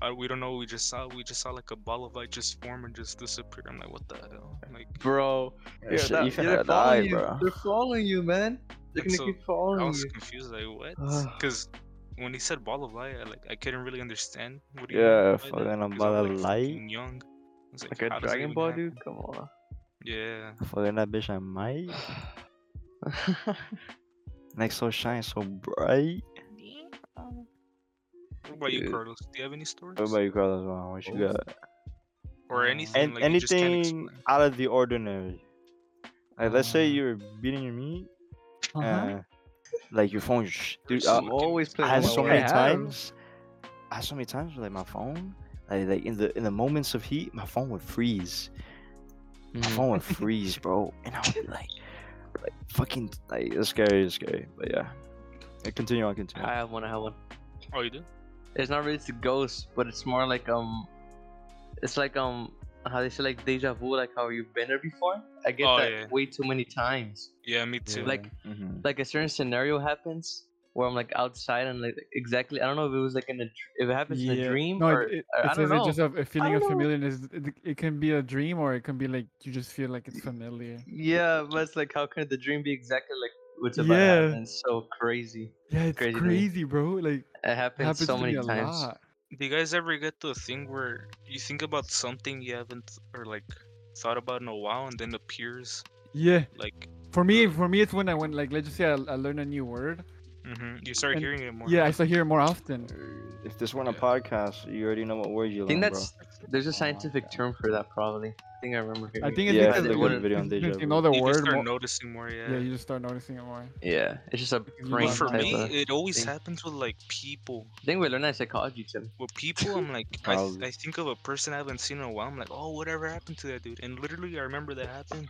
B: Uh, we don't know. We just saw. We just saw like a ball of light just form and just disappear. I'm like, what the hell? Like,
A: Bro.
D: Yeah,
A: Yeah,
D: shit,
A: that-
D: you
A: yeah, they're
D: finna
A: following
D: die,
A: you.
D: bro.
A: They're following you, man. They're
B: And
A: gonna
B: so,
A: keep
B: I
A: following
B: was
A: you.
B: confused, like what?
A: Ugh.
B: Because when he said ball of light, I, like I couldn't really understand what he
D: Yeah,
B: meant by that,
D: fucking a
B: 'cause I'm,
D: ball of
B: like,
D: light.
B: fucking Young. I was
A: Like
B: how
A: a
B: does that
A: Dragon
B: even
A: Ball,
B: happen?
A: dude. Come on.
B: Yeah,
D: Fucking that bitch, I might. Like so shine, so bright.
B: what about you,
A: Dude.
B: Carlos? Do you have any stories
D: What about you, Carlos? Wow, what you
C: Always.
D: got?
B: or
C: Uh,
B: anything?
D: And
B: like, you just can't
D: anything
B: explain?
D: out of the ordinary. Like, let's say
C: Uh,
D: you're beating your meat,
A: Um, Uh-huh.
D: and like your phone. Sh- dude,
B: so
D: uh,
A: I'm always playing
D: I had
A: with my
D: so
A: wife.
D: many
A: Yeah.
D: times. I had so many times with like my phone. Like, like in the in the moments of heat, my phone would freeze. My
B: Mm-hmm.
D: phone
A: Mm-hmm.
D: would freeze, bro. And I would be like, like fucking, like it's scary, it's scary. But yeah, Yeah, continue on, continue.
A: I have one. I have one.
B: Oh, you do?
A: It's not really a ghost, but it's more like um, it's like um, how they say like deja vu, like how you've been there before. I get
B: Oh,
A: that
B: yeah.
A: way too many times.
B: Yeah, me too.
A: Like
D: Mhm.
A: like a certain scenario happens where I'm like outside and like exactly I don't know if it was like in a dr- if it happens in a dream
C: No,
A: or
C: it, it,
A: or I
C: it
A: don't
C: says
A: know.
C: it's just a, a feeling
A: don't
C: of
A: know.
C: familiarness. It, it can be a dream or it can be like you just feel like it's familiar.
A: yeah, but it's like how can the dream be exactly like what's about
C: Yeah.
A: to happen? It's so crazy.
C: Yeah, it's
A: Crazy
C: crazy,
A: to me.
C: bro. Like
A: It
C: it
A: happens
C: happens
A: so
C: to
A: many
C: me a
A: times.
C: lot.
B: Do you guys ever get to a thing where you think about something you haven't or like thought about in a while and then appears
C: Yeah,
B: like
C: for me, for me, it's when I went like let's just say I, I learn a new word.
B: mhm, you start
C: And-
B: hearing it more?
C: Yeah, I start hearing more often.
D: If this weren't a
B: Yeah.
D: podcast, you already know what word
A: I
D: you learned,
A: think
D: bro.
A: that's there's a
D: Oh my
A: scientific
D: God.
A: term for that probably. I think I remember hearing.
C: I
A: it.
C: think it's
D: Yeah,
C: because
A: they
C: you-
A: did a
D: video on
C: it's because
D: deja
C: you know
D: vu.
C: the
B: you just
C: word.
B: start
C: More,
B: noticing more. Yeah.
C: yeah, you just start noticing it more.
A: yeah, it's just a
C: you
A: brain
B: But
C: learn
B: for
A: type
B: me,
A: of.
B: it always
A: thing.
B: happens with like people.
A: I think we learned that in psychology too.
B: With people, I'm like, I, th-
D: Probably.
B: I think of a person I haven't seen in a while. I'm like, oh, whatever happened to that dude? And literally, I remember that happened.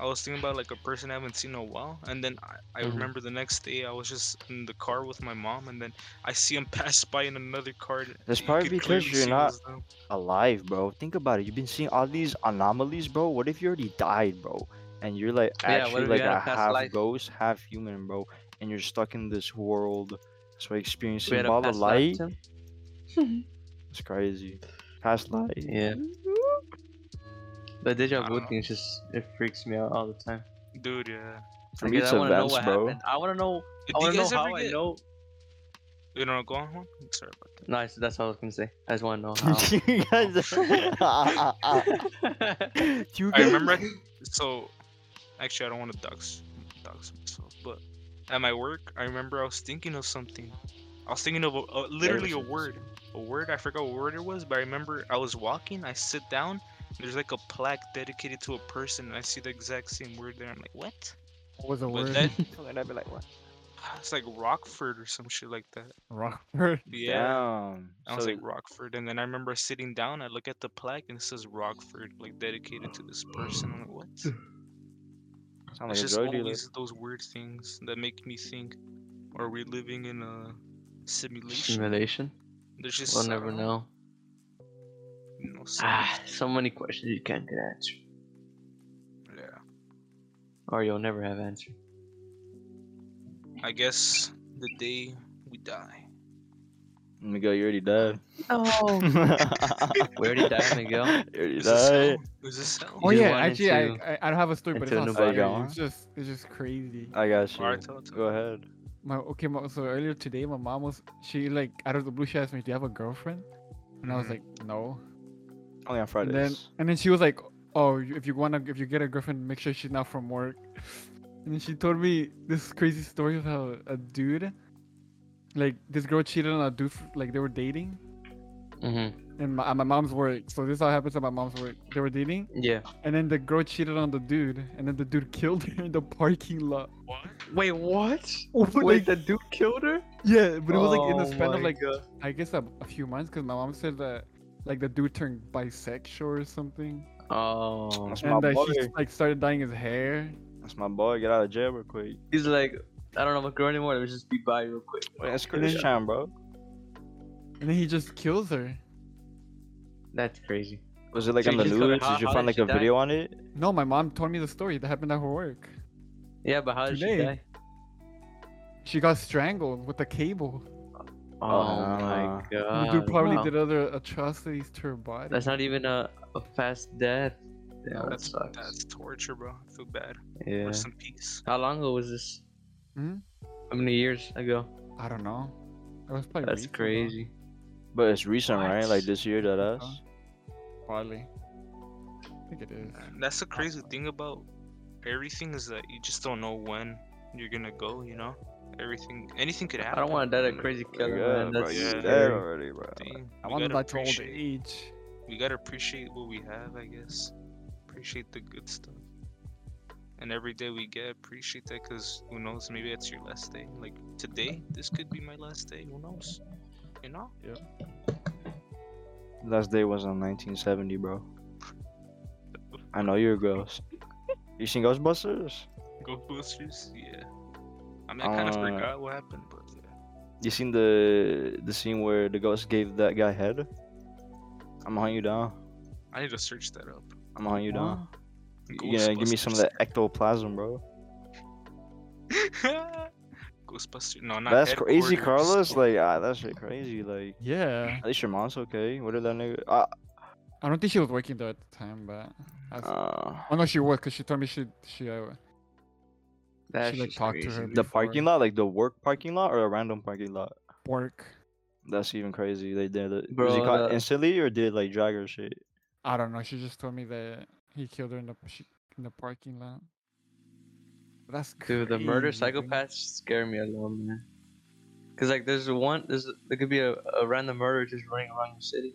B: I was thinking about like a person I haven't seen in a while, and then I, I
A: Mhm.
B: remember the next day I was just in the car with my mom, and then I see him pass by in another car. and
D: That's
B: you
D: probably
B: could
D: because
B: clearly
D: you're
B: see it
D: not-
B: was them.
D: Alive, bro. Think about it. You've been seeing all these anomalies, bro. What if you already died, bro? And you're like
A: Yeah, what
D: actually
A: if you
D: like
A: had a
D: a
A: past
D: half
A: life?
D: ghost, half human, bro. And you're stuck in this world. So
A: We
D: experiencing
A: had a
D: all the
A: past life,
D: light.
A: Tim?
D: It's crazy. Past light.
A: Yeah. The deja
B: I
A: vu
B: don't-
A: thing is just it freaks me out all the time.
B: Dude, yeah.
D: For
A: Like,
D: me, it's
A: I want to know
D: events,
A: what
D: bro.
A: happened. I want to know.
B: Do
A: I
B: you
A: want to know
B: guys
A: how
B: ever
A: I
B: get?
A: know.
B: You know, go on. Juan? Sorry about that.
A: No, I s- that's what I was gonna say. I just want to know how.
D: you guys, you
B: I remember. I- so, actually, I don't want to dox, dox myself, but at my work, I remember I was thinking of something. I was thinking of a, a, literally a
D: Services.
B: word. A word. I forgot what word it was, but I remember I was walking. I sit down. There's like a plaque dedicated to a person, and I see the exact same word there. I'm like, what?
C: What was the
B: But
C: word?
B: then
D: And I'd be like, what?
B: it's like Rockford or some shit like that.
C: Rock word.
B: Yeah.
D: Damn.
B: I was
D: So-
B: like Rockford, and then I remember sitting down. I look at the plaque, and it says Rockford, like dedicated to this person. I'm like, what?
D: Sound
B: It's
D: like a
B: just
D: drug dealer.
B: always those weird things that make me think, are we living in a simulation?
A: Simulation.
B: There's just
A: We'll
B: I
A: never
B: don't
A: know.
B: you know, so
A: Ah,
B: much-
A: so many questions you can't get answered,
B: yeah.
A: or you'll never have answered.
B: I guess the day we die.
D: Miguel, you already died.
A: Oh.
D: we
A: already died, Miguel.
D: You already
B: Is this hell?
D: died.
B: Is this hell?
C: Oh
A: just
C: yeah,
A: went
C: actually,
A: into-
C: I, I I don't have a story, but it's
A: into
C: not
D: Nevada.
C: scary.
D: Go
C: It's
D: on.
C: just it's just crazy.
D: I got you.
B: Alright, tell, tell.
D: Go ahead.
C: My okay, my, so earlier today, my mom was she like out of the blue, she asked me, "Do you have a girlfriend?" And I was
B: Mhm.
C: like, "No."
D: Only on
C: And
D: Fridays.
C: then and then she was like, "Oh, you- if you wanna if you get a girlfriend, make sure she's not from work." And then she told me this crazy story of how a dude, like this girl cheated on a dude, f- like they were dating,
A: Mm-hmm.
C: and my, at my mom's work. So this all happens at my mom's work. They were dating,
A: Yeah.
C: and then the girl cheated on the dude, and then the dude killed her in the parking lot.
B: What?
A: Wait, what?
C: Like,
A: the dude killed her?
C: yeah, but it was like in the span of
A: Oh my
C: like
A: God.
C: I guess a, a few months, because my mom said that like the dude turned bisexual or something,
A: Oh.
D: That's my
C: and that
D: boy.
C: he like started dyeing his hair.
D: That's my boy. Get out of jail real quick.
A: He's like, I don't know about girl anymore. Let me just be by real quick.
D: Wait, that's
C: And then-
D: Christian, bro.
C: And then he just kills her.
A: That's crazy.
D: Was it like
A: So
D: on
A: you
D: the
A: just covered
D: news?
A: how-
D: Did you
A: how
D: find
A: did
D: like
A: she
D: a
A: die?
D: video on it?
C: No, my mom told me the story that happened at her work.
A: Yeah, but how did she
C: Today.
A: die?
C: She got strangled with a cable.
A: Oh my
D: Uh,
A: god.
C: And the dude probably
A: wow.
C: did other atrocities to her body.
A: That's not even a, a fast death. Yeah, that
B: that's
A: sucks.
B: that's torture, bro. I feel bad.
A: yeah.
B: Rest in peace.
A: How long ago was this?
C: Hmm?
A: How many years ago?
C: I don't know. That was probably
A: That's
C: recent, huh?
A: crazy.
D: But it's recent, right?
B: What?
D: Like this year, that
A: Uh-huh.
D: us.
C: Probably. I think it is.
B: And that's the crazy thing about everything is that you just don't know when you're gonna go. You know, everything, anything could
A: I
B: happen.
A: don't want to die a crazy killer, man.
D: bro,
A: That's
D: you're
B: yeah.
D: dead
A: scary.
D: already, bro.
B: Dang,
C: I
B: we
C: want to
B: gotta
C: die to old
B: appreciate-
C: age.
B: we gotta appreciate what we have, I guess. Appreciate the good stuff. And every day we get, appreciate that because who knows, maybe it's your last day. Like today, this could be my last day. Who knows? You know?
D: Last day was on 1970, bro. I know you're a ghost. You seen Ghostbusters?
B: Ghostbusters? Yeah. I mean, I kind of
D: Uh,
B: forgot what happened, but yeah.
D: You seen the the scene where the ghost gave that guy head? I'ma hunt you down.
B: I need to search that up.
D: I'm on you, Don.
B: Ghostbusters.
D: You gonna give me some of that ectoplasm, bro?
B: Ghostbusters. No, not
D: That's crazy,
B: headquarters.
D: Carlos. Like, ah, that shit crazy. Like,
C: Yeah.
D: at least your mom's okay. What did that nigga? Ah,
C: I don't think she was working though at the time, but I was,
D: uh,
C: oh no, she was because she told me she she uh,
A: That's
C: like,
A: just
C: talked to
A: crazy.
C: her.
D: the
C: Before.
D: parking lot, like the work parking lot or a random parking lot.
C: work. That's
D: That's even crazy. They did it. was he
A: Bro,
D: caught
A: the-
D: instantly or did it like drag her shit?
C: I don't know. She just told me that he killed her in the she, in the parking lot. That's crazy,
A: Dude, the murder
C: dude.
A: psychopaths scare me a little, man. Cause like there's one, there's there could be a, a random murder just running around your city,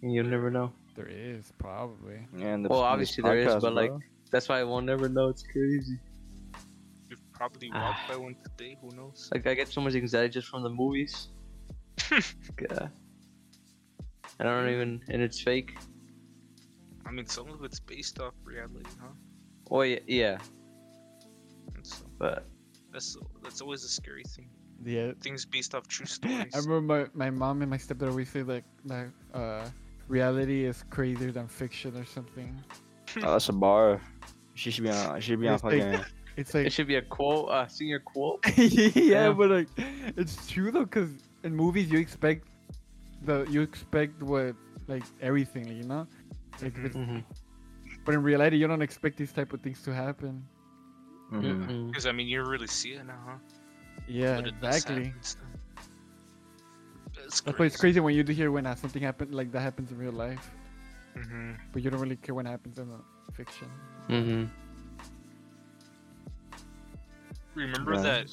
A: and you'll never know.
C: There is probably.
D: Yeah, and the,
A: Well,
D: and this
A: obviously there is,
D: podcast,
A: but, like,
D: bro.
A: That's why I will never know. It's crazy.
B: We've probably walked by one today. Who knows?
A: Like I get so much anxiety just from the movies. God. I don't even, and it's fake.
B: I mean, some of it's based off reality, huh?
A: Oh yeah, yeah,
B: And so
A: but
B: that's that's always a scary thing.
C: Yeah.
B: Things based off true
C: I
B: stories.
C: remember my, my mom and my stepdad always say like that uh, reality is crazier than fiction or something.
D: Oh, that's a bar. She should be on. She should be on
C: It's like-
D: fucking.
C: It's like
A: it should be a quote, uh, senior quote.
C: yeah,
A: Damn.
C: but like it's true though, cause in movies you expect the you expect what like everything, you know. Like, if it's-
A: Mm-hmm.
C: but in reality, you don't expect these type of things to happen.
A: Mm-hmm.
D: Mhm.
B: Because I mean, you really see it now, huh?
C: Yeah,
B: But it does
C: exactly.
B: happen still. That's
C: That's why it's crazy when you do hear when uh, something happen like that happens in real life,
B: hmm
C: but you don't really care when it happens in uh, fiction.
A: Mm-hmm.
B: Remember
D: Yeah.
B: that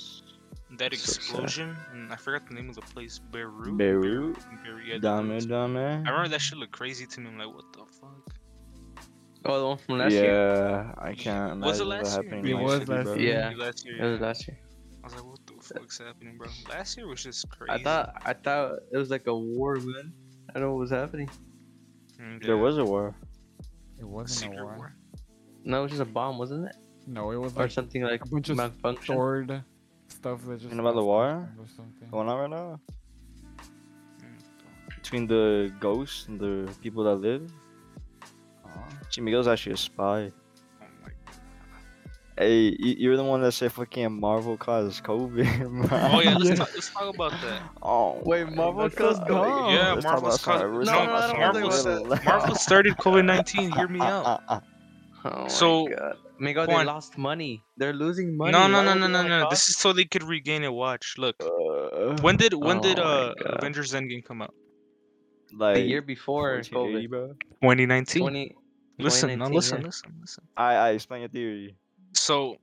B: that
D: So sad.
B: explosion? And I forgot the name of the place. Beirut.
D: Beirut,
B: Beirut, yeah, the
D: Dame,
B: place.
D: Dame.
B: I remember that shit looked crazy to me. I'm like, what the fuck?
A: Oh, the one from last
D: yeah,
A: year.
D: I can't imagine
B: Was it
D: that
B: last year?
D: happening.
C: It
D: in my
C: was
D: city,
C: last
D: bro.
A: year. Yeah.
B: Last year,
A: It was
B: yeah.
A: last year.
B: I was like, what the fuck's happening, bro? Last year was just crazy.
A: I thought I thought it was like a war, man. I don't know what was happening.
B: Mm,
D: There
B: yeah.
D: was a war.
C: It wasn't
B: secret
C: a
B: war.
C: war.
A: No, it was just a bomb, wasn't it?
C: No, it was
A: Or
C: like
A: something like
C: a bunch of
A: malfunction.
C: stored stuff that just.
D: know about the
C: lost
D: war?
C: or something.
D: Going on right now
B: Mm,
D: between the ghosts and the people that live.
C: Aw.
D: Jimmy Miguel's actually a spy.
B: Oh my god.
D: Hey, you, you're the one that said fucking Marvel caused COVID. Bro.
B: Oh yeah, let's, Talk, let's talk about that.
D: Oh,
A: Wait,
D: my
A: Marvel
D: God.
A: caused
C: God?
B: Yeah,
D: Let's talk
B: Marvel's
D: about
B: caused-
D: Cyber-
B: no,
D: let's talk
B: no, no,
D: about
B: no, no,
D: Cyber-
B: no, Marvel started COVID 19. Hear me out.
D: Uh, uh, uh.
A: Oh
B: So,
A: my god. Miguel, they
B: Juan-
A: lost money. They're losing money.
B: No, no,
A: Why
B: no,
A: would
B: no,
A: they
B: no,
A: wanna
B: no.
A: cost-
B: This is so they could regain a watch. Look,
D: Uh,
B: when did when did
A: Oh my
B: uh
A: God.
B: Avengers Endgame come out?
D: like
A: the year before
D: 1480,
A: COVID.
D: bro.
B: 2019.
A: 20,
B: listen, now
A: 2019,
B: listen,
A: yeah.
B: listen, listen.
D: I I explain your theory.
B: So,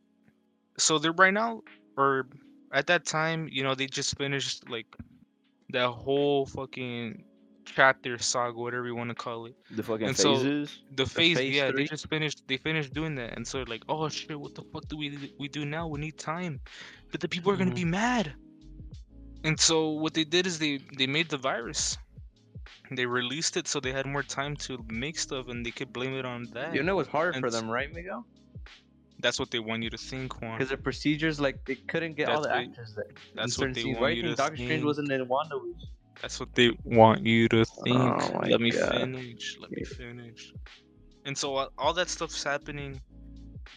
B: so they're right now, or at that time, you know, they just finished like that whole fucking chapter saga, whatever you want to call it.
D: The fucking
B: And so-
D: phases.
B: the phase,
A: phase
B: yeah
A: three?
B: they just finished they finished doing that and so like oh shit what the fuck do we we do now we need time but the people are gonna
A: Mhm.
B: be mad and so what they did is they they made the virus they released it so they had more time to make stuff and they could blame it on that
A: You know it was hard for
B: And-
A: them, right, Miguel?
B: that's what they want you to think Juan.
A: Because the procedures, like, they couldn't get all
B: That's
A: the
B: what-
A: actors there.
B: that's
A: in
B: what
A: certain
B: they
A: scenes.
B: want
A: Why do
B: you
A: you think
B: to
A: Doctor Strange
B: think.
A: wasn't in WandaVision?
B: That's what they want you to think.
A: Oh my
B: Let me
A: God.
B: finish. Let me finish. And so all- all that stuff's happening.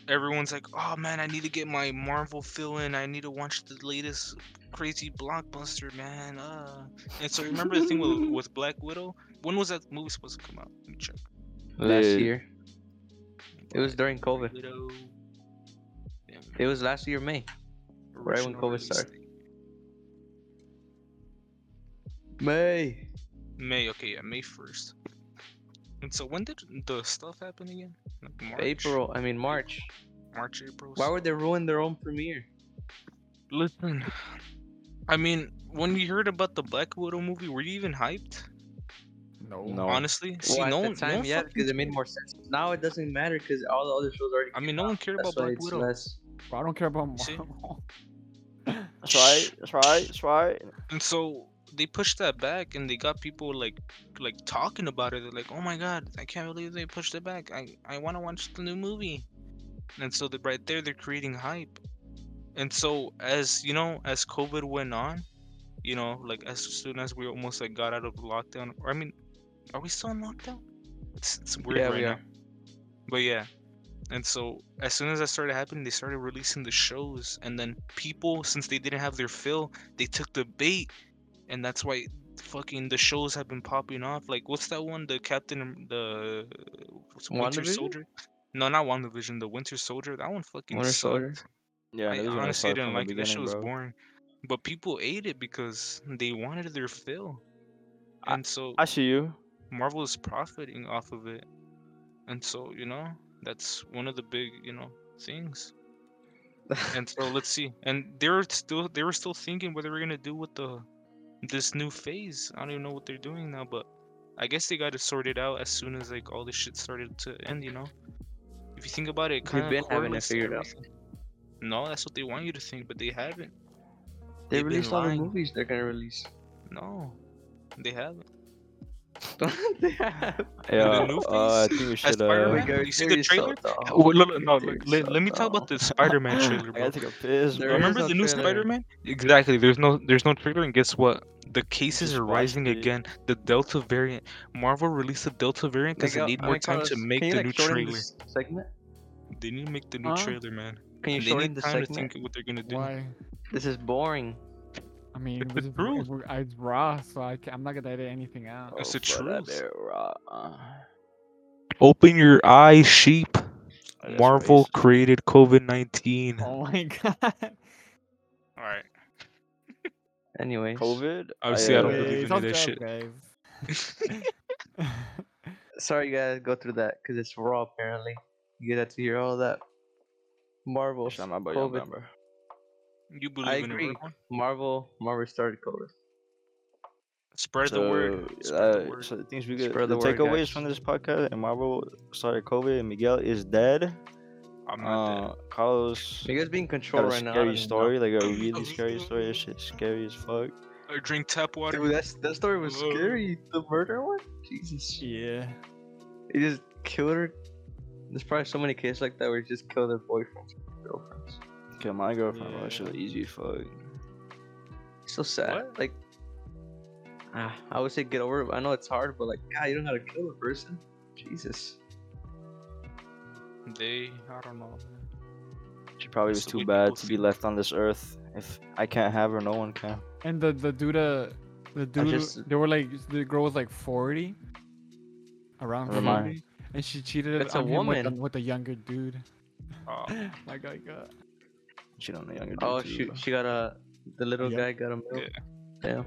B: Everyone's like, "Oh man, I need to get my Marvel fill in. I need to watch the latest crazy blockbuster, man." Uh. And so remember the thing with, with Black Widow? When was that movie supposed to come out? Let me check.
A: Last
D: Yeah.
A: year. It was during
B: Black
A: COVID.
B: Widow. Damn,
A: It was last year, May. right when
B: original
A: COVID
B: release
A: started.
B: date.
A: May.
B: May. Okay, yeah, May first. And so when did the stuff happen again? Like March,
A: April. I mean, March.
B: March, April.
A: Why would they ruin their own premiere?
B: Listen, I mean, when you heard about the Black Widow movie, were you even hyped?
C: No.
D: No.
B: Honestly, see,
A: well,
B: no
A: at
B: one,
A: the time,
B: no one
A: yeah,
B: fucking-
A: because it made more sense. Now it doesn't matter because all the other shows already.
B: I mean, no one cared
A: That's
B: about
A: why
B: Black
A: it's
B: Widow.
A: less.
C: Bro, I don't care about
B: See?
C: Marvel.
D: That's right. That's right. That's right.
B: And so they pushed that back, and they got people like, like talking about it. They're like, "Oh my god, I can't believe they pushed it back. I, I want to watch the new movie." And so they right there, they're creating hype. And so as you know, as COVID went on, you know, like as soon as we almost like got out of lockdown, or I mean, are we still in lockdown? It's, it's weird
A: Yeah,
B: right
A: we
B: now.
A: are.
B: But yeah. And so as soon as that started happening, they started releasing the shows, and then people, since they didn't have their fill, they took the bait, and that's why fucking the shows have been popping off. Like what's that one? The Captain, Am- the Winter
A: WandaVision?
B: Soldier. No, not WandaVision. The Winter Soldier. That one fucking
A: Winter
B: sucked.
A: Soldier.
D: Yeah,
B: I
D: that was when saw
B: honestly
D: it
B: didn't
D: from the
B: like it. That shit
D: beginning,
B: was
D: bro.
B: boring. But people ate it because they wanted their fill. And so
D: I see you.
B: Marvel is profiting off of it. And so, you know, that's one of the big, you know, things. And so let's see. And they were still they were still thinking what they were gonna do with the this new phase. I don't even know what they're doing now, but I guess they got to sort it out as soon as like all this shit started to end. You know, if you think about it, kind
A: They've
B: of
A: been having it figured out.
B: No, that's what they want you to think, but they haven't.
A: They
B: They've been
A: released all the
B: lying.
A: movies they're gonna release.
B: No, they haven't.
A: they have.
D: Yeah,
B: new
D: uh, I
B: phase?
D: think we should.
B: Spider-Man?
D: Uh,
B: Like, you see the trailer?
A: dumb.
B: Oh, look, no,
A: They're
B: look, let,
A: so
B: let me talk about
A: dumb.
B: the Spider-Man trailer,
D: I
B: bro.
D: gotta take a piss,
A: There
D: bro.
A: is
B: Remember
A: no
B: the new
A: trailer.
B: Spider-Man? Exactly. There's no there's no trigger, and guess what? The cases
D: just
B: are
D: watched
B: rising
D: it.
B: again. The Delta variant. Marvel released the Delta variant because they
A: Miguel-
B: need more
A: Miguel,
B: time to
A: oh can
B: make
A: you,
B: the
A: like,
B: new
A: shorten
B: trailer.
A: this Segment?
B: They need to make the new
C: Huh?
B: trailer, man.
A: Can you
B: And they
A: shorten
B: need
A: the
B: time to
A: segment?
B: think of what they're gonna do.
C: Why?
A: This is boring.
C: I mean,
B: It's
C: we
B: the
C: just- we-
B: truth.
C: we- it's raw, so I can, I'm not gonna edit anything out.
B: That's the
D: Oh, for that
B: truth.
D: bit, raw, uh,
B: Open your eyes, sheep.
A: Oh,
D: I got
B: Marvel
D: space.
B: created COVID-19. All
C: Oh my god.
B: right.
A: Anyways,
D: COVID.
B: Obviously, I don't
D: uh,
B: believe
C: Anyways,
B: in any of
C: tough
B: that
C: job, guys.
A: sorry you guys go through that because it's raw apparently. You get to hear all that. Marvel,
D: Shut my butt, young
A: COVID.
D: man, bro.
B: You believe
A: I
B: in it,
A: agree.
B: right?
A: Marvel, Marvel started COVID.
B: Spread the word.
D: So,
B: Spread the
D: uh,
B: word.
D: So the things we get, the,
A: Spread the word,
D: takeaways
A: guys.
D: from this podcast, and Marvel started COVID, and Miguel is dead.
B: I'm not dead.
D: Uh, Carlos
A: You guys being
D: got
A: controlled
D: a
A: right now. I
D: scary
A: don't
D: story, like a really
B: was
D: scary
B: doing-
D: story. That shit's scary as fuck.
B: I drink tap
A: know.
B: water.
A: Dude, that's, that story was
B: Whoa.
A: scary. The murder one? Jesus.
C: yeah.
A: He just killed her. There's probably so many kids like that where you just kill their boyfriends, girlfriends.
D: Kill my girlfriend, bro. That
C: Yeah.
D: shit's easy as fuck.
A: It's so sad.
B: What?
A: Like, ah, I would say get over it. I know it's hard, but like, God, you don't know how to kill a person. Jesus.
B: They, I don't know. man.
D: She probably was
B: That's the way
D: too
B: people
D: bad to be
B: think.
D: left on this earth. If I can't have her, no one can.
C: And the the dude, uh, the dude,
A: just-
C: they were like the girl was like forty, around
D: Never mind.
C: forty, and she cheated
A: That's a
C: on him with, the,
A: woman. uh,
C: with a younger dude.
B: Oh,
C: my god, god.
D: She don't know younger. dude,
A: Oh,
D: too,
A: shoot.
D: bro.
A: She got a. The little
C: Yeah.
A: guy got a milk.
B: Yeah.
A: Damn.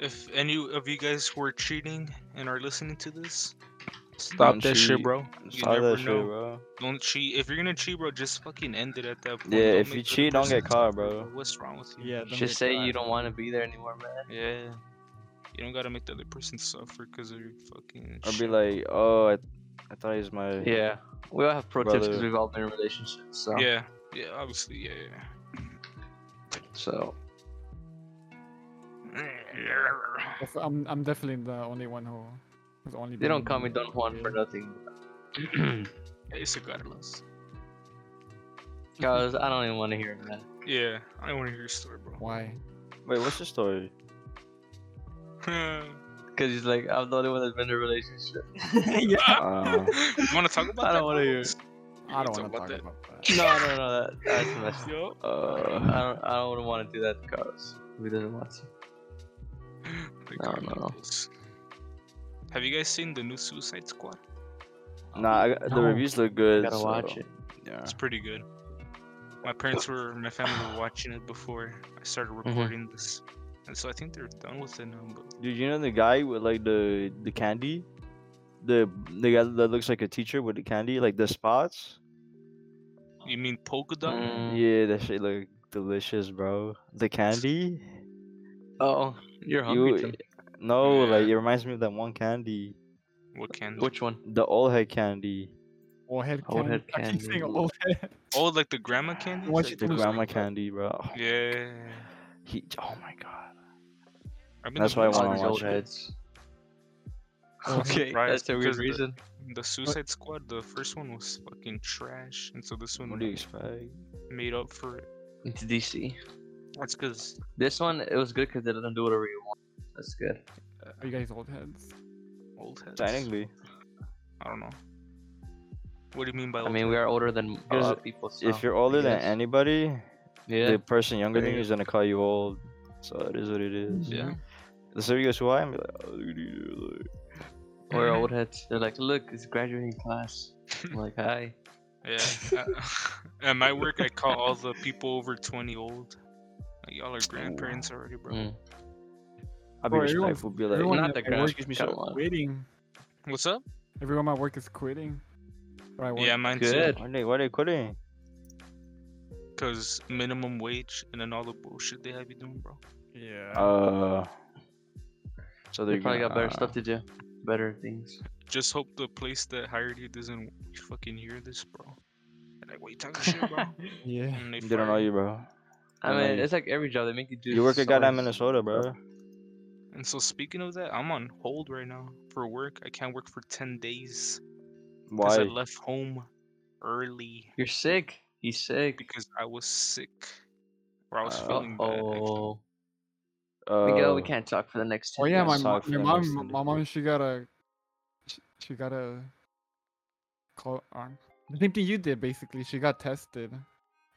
B: if any of you guys who are cheating and are listening to this,
D: Don't
B: stop that shit,
D: cheat.
B: bro.
D: I'm
B: You
D: sorry
B: never
D: that shit,
B: know.
D: bro.
B: Don't cheat. If you're gonna cheat, bro, just fucking end it at that point.
D: Yeah,
B: Don't
D: if
B: make
D: you
B: the other
D: cheat, don't get
B: person
D: caught,
B: suffer,
D: bro.
B: What's wrong with you?
C: Yeah. don't
A: Just
C: get
A: say you
C: caught.
A: don't want to be there anymore, man.
B: Yeah. You don't gotta make the other person suffer because of your fucking.
D: I'd be
B: shit.
D: like, oh, I, I thought he was my.
A: Yeah. We all have pro tips because
D: Brother.
A: we've all been in relationships. So,
B: yeah, yeah, obviously, yeah, yeah.
A: so
B: yeah.
C: That's- I'm I'm definitely the only one who. who's only
A: they don't
C: been-
A: call me Don Juan for
C: yeah.
A: nothing.
B: It's a godless.
A: Guys, I don't even want to hear that.
B: Yeah, I don't want to hear your story, bro.
C: Why?
D: Wait, what's the story?
A: Because he's like, I'm the only one that's been in a relationship.
C: yeah.
D: Uh,
B: you want to talk about
A: I
B: that?
A: don't wanna
B: bro?
A: hear.
C: I don't
B: Talk
C: want to talk
B: that.
C: about that.
A: No, no, no, that, that's messed up.
B: Yo,
A: I
D: uh,
A: don't, I don't want to do that to Carlos. He doesn't want to.
B: they
A: No,
B: got
A: no,
B: me
A: no.
B: close. Have you guys seen the new Suicide Squad?
D: nah, I, the
C: No.
D: reviews look good.
A: Gotta
D: so,
A: watch it.
D: Yeah.
B: It's pretty good. My parents were, my family were watching it before I started recording this, and so I think they're done with it now. But
D: Dude, you know the guy with like the the candy, the the guy that looks like a teacher with the candy, like the spots.
B: you mean polka dot?
A: Mm.
D: Yeah, that shit look delicious, bro. The candy.
A: Oh, you're hungry.
D: You,
A: Tim.
D: no, like it reminds me of that one candy,
B: What can?
A: Which one?
D: the old head candy,
C: Old head
A: Old
C: candy.
A: head
C: I keep saying
A: candy.
C: old head.
B: Oh, like the grandma candy.
C: What
D: the grandma candy, bro. Oh,
B: Yeah.
D: He, oh my god.
B: I mean,
D: That's why I
A: All
D: wanna
A: these
D: watch
A: old
D: it.
A: heads.
C: I'm
A: Okay,
B: surprised
A: that's a weird
B: because the-
A: reason.
B: The Suicide Squad, the first one was fucking trash, and so this
D: What do
B: one
D: you expect?
B: made up for it.
A: It's DC.
B: That's because
A: This one, it was good because they let them do whatever you want. That's good.
C: Are you guys old heads?
B: old heads.
D: Technically,
B: I don't know. What do you mean by?
A: I mean, we are older than a
D: Because
A: lot of people. So
D: if you're older than
A: guess.
D: anybody,
A: yeah,
D: the person younger than
A: Yeah.
D: you is gonna call you old. So it is what it is.
B: yeah.
D: So you guys who I am, be like, "Oh, look at you," like,
A: we're old heads. They're like, look, it's graduating class. I'm like, hi.
B: Yeah. I- At my work, I call all the people over 20 old. Like, y'all are grandparents already, bro.
A: Mm.
D: I'll be
C: Bro, everyone-
D: respectful. Be like,
C: everyone
A: Not
C: at
A: the
C: my
A: grass,
C: work
A: excuse
C: is
A: me, shut up.
C: quitting.
B: What's up?
C: Everyone at my work is quitting. Where I work.
B: Yeah, mine
A: Good.
D: why they, why they quitting?
B: Because minimum wage and then all the bullshit they have you doing, bro.
C: Yeah.
D: Uh. So
A: They
D: they're
A: probably
D: gonna,
A: got better
D: uh,
A: stuff to do, better things.
B: Just hope the place that hired you doesn't fucking hear this, bro. They're Like, what you talking shit, bro?
C: yeah.
B: And
D: They don't know
B: fire
D: you, bro.
A: I
D: I
A: mean,
D: mean,
A: it's like every job they make you do.
D: You work at goddamn
A: something.
D: Minnesota, bro.
B: And so, speaking of that, I'm on hold right now for work. I can't work for 10 days because I
D: Why?
B: left home early
A: You're sick. He's sick.
B: because I was sick. Or I was
D: Uh,
B: feeling bad. actually.
A: Oh,
D: Uh,
A: Miguel, we can't talk for the next
C: Oh
A: ten.
C: yeah,
A: minutes.
C: my, mo-
D: Sorry for
C: my
D: that
C: mom,
D: extended
C: my mom,
D: break.
C: she got a, she, she got a, call on the same thing you did basically. She got tested,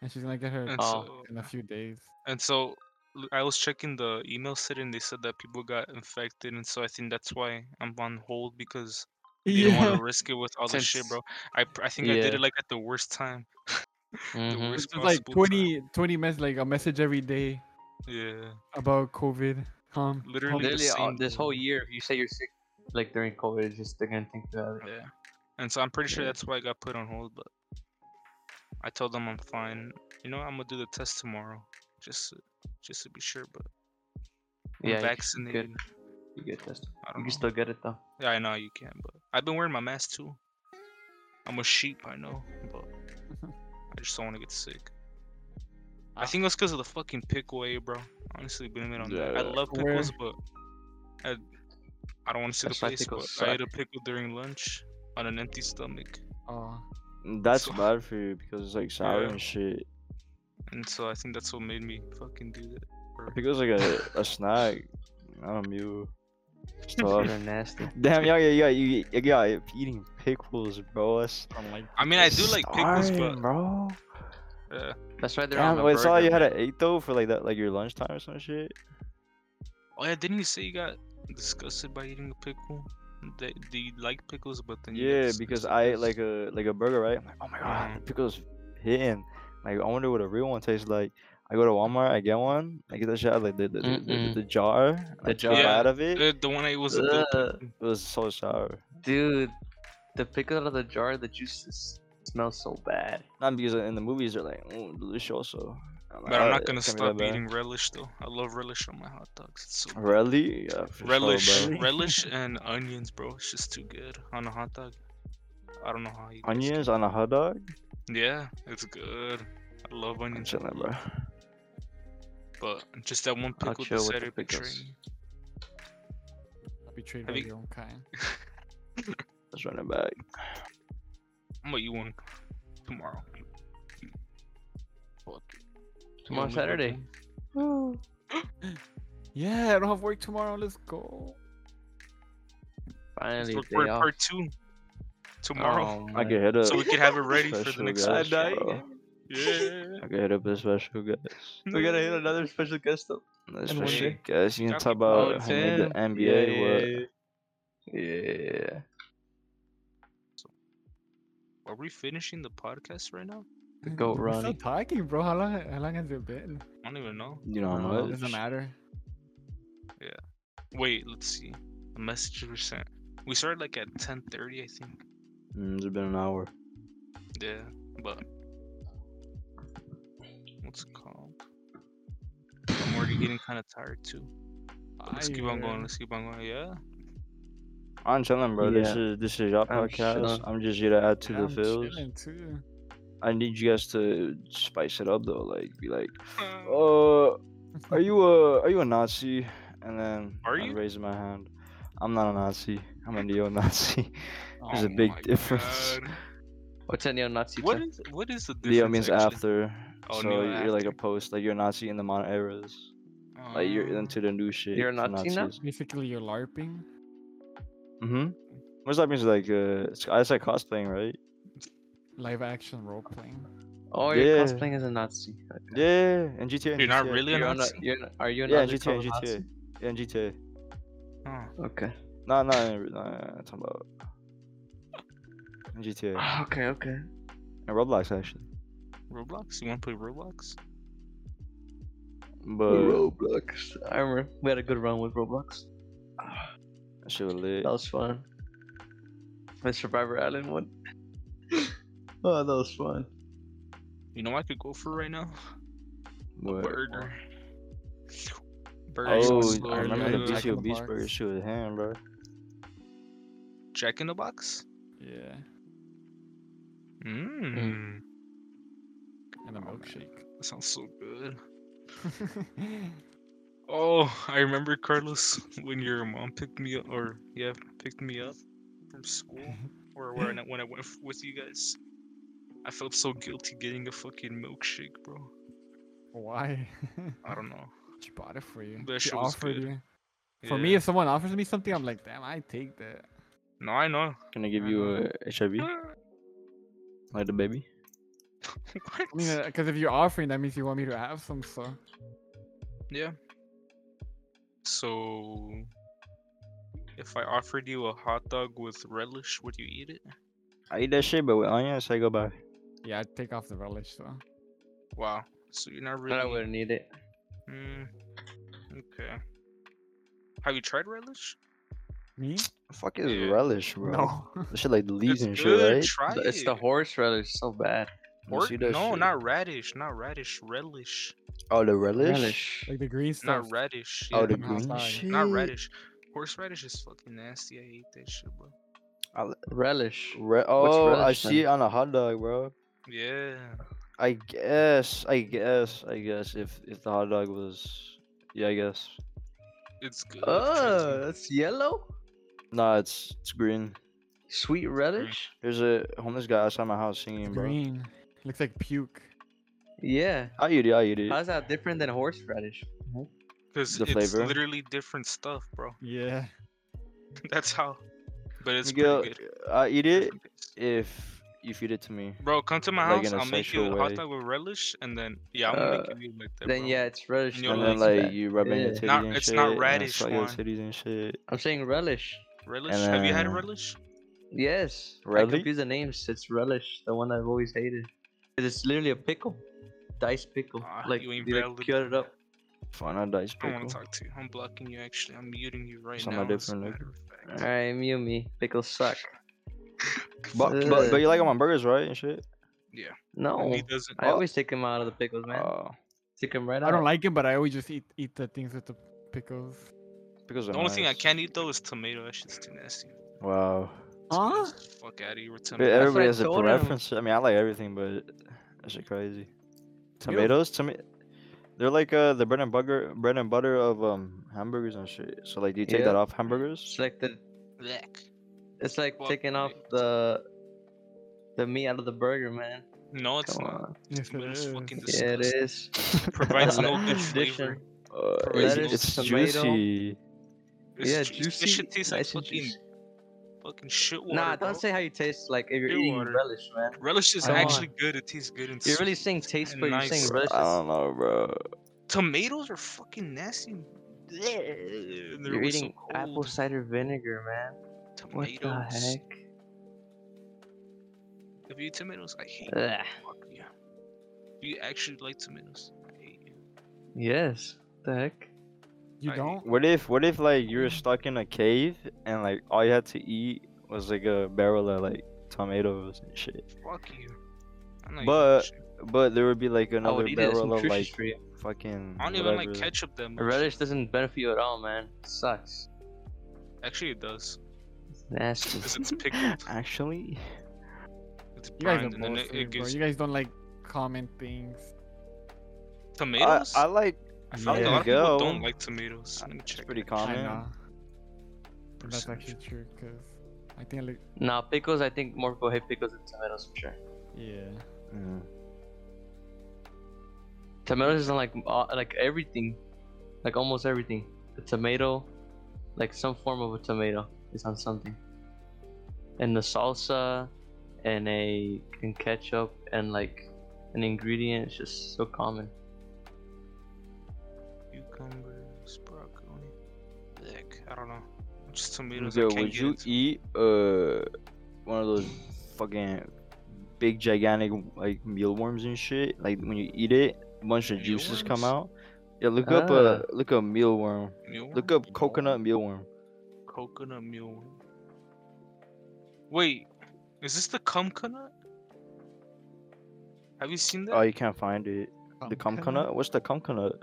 C: and she's gonna get her
B: And
A: Oh.
B: so,
C: in a few days.
B: And so l- I was checking the emails today and they said that people got infected. And so I think that's why I'm on hold because they don't want to risk it with all this shit,
A: Since-
B: bro. I, pr- I think I did
A: Yeah.
B: it like at the worst time. The
A: Mhm.
C: It's
B: worst
C: just like
B: possible time.
C: 20, 20 mess, like a message every day
B: Yeah.
C: about COVID. Um,
B: Literally the
A: Literally, on
B: same
A: this whole
B: thing.
A: year, if you say you're sick, like during COVID, it's just they're gonna think about it.
B: Yeah. And so I'm pretty sure that's why I got put on hold. But I told them I'm fine. You know, I'm going to do the test tomorrow just to- just to be sure. But I'm
A: Yeah, you-
B: vaccinated.
A: you get tested.
B: I
A: You
B: don't
A: can
B: know.
A: still get it though.
B: Yeah, I know you can, but I've been wearing my mask too. I'm a sheep, I know, but I just don't want to get sick.
A: Ah.
B: I think that's because of the fucking pickle, eh, bro. Honestly, blame it on that. I
D: Yeah.
B: love
C: Where-
B: pickles, but I, I don't want to see the
A: That's why
B: place. But
A: pickles
B: I ate a pickle during lunch on an empty stomach,
C: oh,
D: That's
B: So-
D: bad for you because it's like sour
B: Yeah.
D: and shit.
B: and so I think that's what made me fucking do that.
D: I think it was like a, a snack. I don't know. It's tough.
A: They're nasty.
D: Damn, y'all, yeah, yeah, you, you got eating pickles, bro. That's
C: I don't like.
B: I mean, I do like pickles,
D: starving,
B: but
D: bro.
B: uh,
A: That's right. They're on
D: Damn,
A: the
D: wait, it's all
A: burger,
D: you had
A: man.
D: at eight though for like that, like your lunchtime or some shit.
B: oh yeah, didn't you say you got disgusted by eating a pickle? That, do you like pickles, but then you got
D: Yeah, because
B: disgusted
D: I ate
B: with-
D: like a like a burger, right? I'm like, oh my
B: Mm-hmm.
D: god, the pickles hitting. Like, I wonder what a real one tastes like. I go to Walmart, I get one, I get that shit out of like the the, the, the,
B: Mm-hmm.
A: Mm-mm.
D: the jar, and I
A: The
D: take
A: jar.
D: it
B: Yeah.
D: out of it. It
B: Uh, the one I was a little
A: Ugh.
B: pickle.
D: was so sour.
A: Dude, the pickle out of the jar, the juice is, smells so bad.
D: Not because in the movies they're like, oh, delicioso. like,
B: But I'm
D: "Oh,
A: Uh,
B: not gonna
D: it can't be that
B: stop
D: bad."
B: eating relish though. I love relish on my hot dogs. It's so good.
D: Really? Yeah, for sure,
B: relish,
D: bro.
B: relish and onions, bro. It's just too good on a hot dog. I don't know how you. guys do
D: Onions on a hot dog?
B: it. Yeah, it's good. I love
D: I'm
B: onions,
D: chilling, bro.
B: but just that one
A: I'll
B: pickle
A: chill with the
B: decided to betray
A: pickles.
B: me.
C: Betrayed
B: Have
C: by
B: you-
C: your own kind.
D: Let's run it back.
B: I'm gonna eat one tomorrow. Fuck it.
A: Tomorrow
B: Only
A: Saturday.
B: weekend.
C: Yeah, I don't have work tomorrow. Let's go.
B: Let's
A: Finally,
B: record
A: day off.
B: part two tomorrow,
A: Oh,
D: I
A: man.
D: get hit up.
B: Mm-hmm. so we can have it ready for the
D: Special
B: next
D: guest,
B: session.
D: bro.
B: Yeah.
D: I can hit up a special guest.
A: We gotta hit another special guest though. And
D: A
A: one
D: special
A: day-
D: guest. You can
B: That'd
D: talk
B: be
A: fun.
D: about who made the
A: Damn.
D: NBA. what?
A: yeah, yeah, yeah.
B: Are we finishing the podcast right now?
A: The goat
C: We're still
A: Ronnie.
C: talking, bro. How long? How long has it been?
B: I don't even know.
D: You know how
C: No, it
D: much?
C: doesn't matter.
B: Wait, let's see. The messages were sent. We started like at 10:30, I think.
D: Mm, it's been an hour.
B: Yeah, but what's it called? I'm already getting kind of tired too. But let's keep on going.
C: Fire.
B: Let's keep on going. Yeah.
D: I'm chilling, bro. This is this is your
A: I'm
D: podcast.
A: chilling.
D: I'm just here to add to
C: Yeah,
D: the
C: I'm
D: feels.
C: chilling too.
D: I need you guys to spice it up though. Like, be like, uh, are you a are you a Nazi? And then
B: Are
D: I
B: you?
D: raise my hand. I'm not a Nazi. I'm a neo-Nazi. There's a
B: Oh
D: big
B: my
D: difference.
B: God.
A: What's that neo-Nazi?
B: What
A: term?
B: is what is the difference?
D: Neo means
B: actually?
D: after.
B: Oh,
D: so
B: neo
D: you're like a
B: after.
D: post, like you're a Nazi in the modern eras. Like you're
B: Um,
D: into the new shit.
A: You're a Nazi now?
C: Basically, you're LARPing.
D: Mm-hmm. What's that means like uh, it's, it's like cosplaying, right?
C: Live action role playing.
A: Oh, you're
D: Yeah.
A: cosplaying as a Nazi. Okay.
D: Yeah, and GTA.
B: You're not
D: GTA.
B: really
A: You're,
B: a
A: on a,
B: Nazi.
A: you're on- are you an
D: Yeah,
A: undercover
D: GTA, GTA,
A: Nazi?
D: yeah, and GTA.
B: Huh.
A: Okay.
D: No, no, no, no, I'm talking about in GTA
A: Ah, okay, okay.
D: and Roblox actually.
B: Roblox? You want to play Roblox?
D: But
A: Roblox. I remember we had a good run with Roblox.
D: that shit was lit.
A: That was fun. The Survivor Island one. oh, that was fun.
B: You know what I could go for right now?
D: But-
B: Burger. Burger.
D: Oh,
B: slow,
D: I remember the
B: dude.
C: Jack in
D: BCO
C: the
D: Beast
C: Box.
D: Burger shit was ham, bro.
B: Jack in the Box?
C: Yeah, Mm.
B: Mmm.
C: and a
D: Oh, man.
C: milkshake.
B: That sounds so good. Oh, I remember Carlos when your mom picked me up, or yeah, picked me up from school, or where I, when I went f- with you guys. I felt so guilty getting a fucking milkshake, bro.
C: Why?
B: I don't know.
C: she bought it for you.
B: That
C: she
B: shit was
C: offered
B: good.
C: you. For me,
B: Yeah.
C: if someone offers me something, I'm like, damn, I take that.
B: no, I know.
D: Can I give you a HIV? Like the baby?
B: What?
C: I mean, uh, because if you're offering, that means you want me to have some. So
B: Yeah. So, if I offered you a hot dog with relish, would you eat it?
D: I eat that shit, but with onions, I go by.
C: yeah, I take off the relish. So
B: Wow. So you're not
A: But I
B: really.
A: wouldn't need it.
B: Mm, okay. Have you tried relish?
C: me?
D: Fuck is
B: Yeah.
D: relish, bro?
C: No.
D: That shit like the
B: It's
D: leaves and
B: good,
D: shit, right?
B: Try
A: The- It's the
B: it.
A: horseradish, so bad.
D: You
B: Or,
D: see that
B: no,
D: shit?
B: not radish, not radish, relish,
D: Oh, the relish?
C: like the green stuff.
B: not radish.
D: Oh,
B: yeah,
D: the
C: from
D: green
C: outside.
D: shit.
B: not radish. Horseradish is fucking nasty. I hate that shit, bro.
A: Relish.
D: Re- oh, I
A: relish
D: see it on a hot dog, bro.
B: Yeah,
D: I guess, I guess, I guess if if the hot dog was, yeah, I guess.
B: it's good.
A: Oh,
B: trust me.
A: that's yellow?
D: Nah, it's it's green.
A: Sweet relish?
D: There's a homeless guy outside my house singing,
C: It's
D: bro.
C: green. Looks like puke.
A: Yeah.
D: I eat it, I eat it.
A: How's that different than horseradish?
B: 'Cause
D: the
B: it's
D: flavor.
B: literally different stuff, bro.
C: Yeah.
B: That's how. But it's
D: Miguel,
B: pretty good.
D: I eat
B: It's
D: it
B: pretty good.
D: if you feed it to me.
B: Bro, come to my
D: like,
B: house.
D: in a
B: I'll make you a
D: sexual
B: hot
D: way.
B: dog with relish, and then yeah, I'm gonna
A: Uh,
B: make you like that.
A: Then
B: bro.
A: yeah, it's relish.
B: And
A: then
D: and
B: you'll
D: then
A: it's
D: like
A: bad.
D: you rub it in your
A: It's
D: titty
B: not-
D: and
B: it's
D: shit.
B: not
D: and
B: radish,
D: suck your
B: Juan.
D: titties and shit.
A: I'm saying relish.
B: relish. Have you had
D: uh,
B: relish?
A: Yes.
D: Relish?
A: I confuse the names. It's relish, the one I've always hated. 'Cause It's literally a pickle. Diced pickle.
B: Ah,
A: like
B: you
A: you
B: ain't valid.
A: like, cut it up.
D: Fun, I
B: I
D: dice
B: don't want
D: pickle.
B: to talk to you. I'm blocking you. Actually, I'm muting you right
D: It's on my
B: now. as a
D: different
B: matter of fact.
A: Alright, mute me. Pickles suck.
D: But, but, but
A: Ugh.
D: you like 'em on burgers, right? And shit.
B: And
A: No.
B: he doesn't.
A: I always take them out of the pickles, man.
D: Oh,
A: Take them right out.
C: I don't like it, but I always just eat eat the things with the pickles.
D: pickles are
B: The only thing I
D: nice.
B: can't eat though is tomato. That shit's too nasty.
D: Wow.
C: Huh?
B: Tomatoes, Fuck out of here with
D: But
B: tomatoes.
A: every-
D: everybody
A: I
D: has a
A: told him.
D: preference. I mean, I like everything, but that's shit crazy. Tomatoes, toma- they're like uh the bread and butter, bread and butter of um hamburgers and shit. So like, do you take that
A: Yeah.
D: off hamburgers?
A: It's like the
B: Blech.
A: It's like
B: Fuck
A: taking off
B: me.
A: the the meat out of the burger, man.
B: No, it's
A: Come
B: not.
A: on.
C: Yes, it
B: Tomatoes
C: is.
B: fucking
A: Yeah, it
B: disgusting.
A: is.
B: Provides
A: It's
B: no
A: an
B: good
A: addition.
B: flavor.
D: Uh, it's,
B: Lettuce,
D: it's
A: tomato.
D: juicy.
B: It's
A: yeah,
B: ju-
A: juicy.
B: It should taste like
A: nice and
B: fucking
A: juicy.
B: fucking shit water.
A: Nah,
B: bro.
A: don't say how you taste like if you're
B: Shit
A: eating
B: water.
A: relish, man.
B: relish is
A: Come
B: actually good. It tastes good. And
A: You're
B: s-
A: really saying taste, but
B: nice. Um,
A: you're saying relish.
D: I
A: is-
D: don't know, bro.
B: tomatoes are fucking nasty. and bleh, and they're
A: You're
B: always so
A: eating apple
B: cold.
A: cider vinegar, man. What
B: tomatoes.
A: the heck?
B: If you eat tomatoes, I hate you.
A: Ugh.
B: Fuck you. If you actually like tomatoes, I hate you.
A: Yes. The heck?
C: You
B: I-
C: don't?
D: What if what if like you were stuck in a cave and like all you had to eat was like a barrel of like tomatoes and shit,
B: Fuck you. I'm not eating that
D: But-
B: shit.
D: but there would be like
A: I would
D: another
A: eat it. It's
D: barrel of
A: nutritious
D: like
A: for you.
D: fucking.
B: I don't even like
D: whatever.
B: ketchup that much.
A: Relish doesn't benefit you at all, man. It sucks.
B: Actually, it does.
A: It's nasty.
B: Because it's pickled.
D: Actually,
B: It's
C: You
B: brined,
C: guys are
B: and then
C: both
B: it,
C: me,
B: it
C: bro.
B: gives
C: You guys don't like common things.
D: I,
B: tomatoes.
D: I like.
B: I feel like
D: yeah.
B: a lot of people
D: Go.
B: don't like tomatoes. Let me
D: Uh, It's
B: check.
D: pretty
B: that
C: I
D: common.
C: know. But That's
B: percentage.
C: actually true, cause I think I like
A: Nah, pickles. I think more people hate pickles than tomatoes for sure.
C: yeah.
D: Mm.
A: tomatoes is on like uh, like everything, like almost everything. A tomato, like some form of a tomato, is on something. and the salsa and a and ketchup and like an ingredient is just so common.
B: Cucumber, broccoli, thick. I don't know. Just tomatoes. I
D: Yo,
B: can't
D: would
B: get
D: you
B: into-
D: eat uh one of those fucking big gigantic like mealworms and shit? Like when you eat it, a bunch of juices come out. Yeah, look up
A: Ah.
D: a look up mealworm.
B: Mealworm?
D: Look up coconut mealworm.
B: Coconut mealworm. Wait, is this the cumconut? Have you seen that?
D: Oh, you can't find it. The
C: Um,
D: cumconut? What's the cumconut?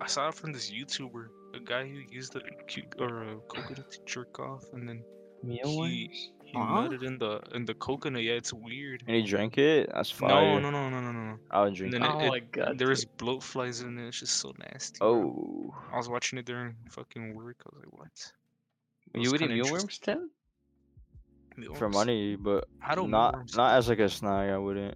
B: I saw it from this YouTuber, a guy who used the cu- or a coconut to jerk off, and then he
A: Mealworms?
B: he
C: Huh?
B: nutted in the in the coconut. Yeah, it's weird.
D: And you drink it? That's fine.
B: No, no, no, no, no, no.
D: I would drink
B: No,
D: it.
B: no.
A: Oh
B: it-
A: my god.
B: There was bloat flies in it. It's just so nasty. bro.
D: Oh.
B: I was watching it during fucking work. I was like, what? It
A: dude.
B: was
A: you eating
B: kinda interesting.
A: mealworms, Tim?
D: For
B: Mealworms?
D: money, but
B: How do
D: not
B: mealworms-
D: not as like a snack. I wouldn't.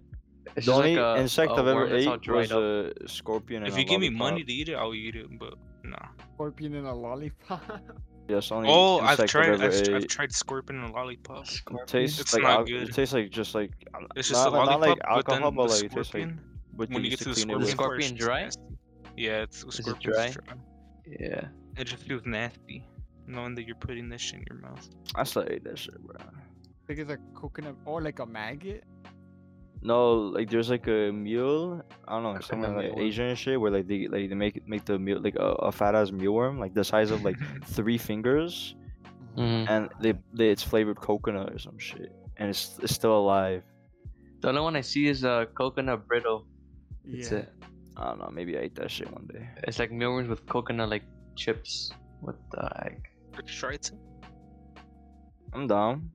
A: It's
D: the
A: just
D: only
A: a-
D: insect
A: a
D: I've ever
A: worm that's all
D: ate was
A: dried up.
D: a scorpion. and
B: If
D: a
B: you give me
D: lollipop.
B: money to eat it, I'll eat it. But nah.
C: Scorpion and a lollipop.
D: Yeah, it's the only
B: Oh,
D: insect
B: I've tried.
D: ever
B: I've, tr- I've
D: ate.
B: tried scorpion and lollipop.
D: It tastes
B: It's
D: like
B: not
D: al-
B: good.
D: It tastes like just like um,
B: It's just
D: not,
B: a
D: not
B: lollipop,
D: like
B: but then
D: alcohol, but,
B: the
D: like it tastes like.
B: scorpion.
D: But
B: when you get
D: used
B: to the
D: clean it
B: scorpion,
D: with.
A: scorpion
B: part, it's just
A: dry?
B: nasty. Yeah, it's the
A: it
B: scorpion's
A: dry?
B: dry.
A: Yeah.
B: It just feels nasty, knowing that you're putting this shit in your mouth.
D: I still ate that shit, bro.
C: like it's a coconut or like a maggot.
D: No, like there's like a meal. I don't know, like something
A: Coconut
D: like
A: mealworm.
D: Asian and shit, where like they like they make make the meal like a, a fat ass mealworm, like the size of like three fingers,
C: Mm-hmm.
D: and they, they it's flavored coconut or some shit, and it's it's still alive.
A: The only one I see is a uh, coconut brittle. That's
C: Yeah.
A: it.
D: I don't know. Maybe I ate that shit one day.
A: It's like mealworms with coconut like chips. What the heck?
B: Let's try it.
D: I'm down.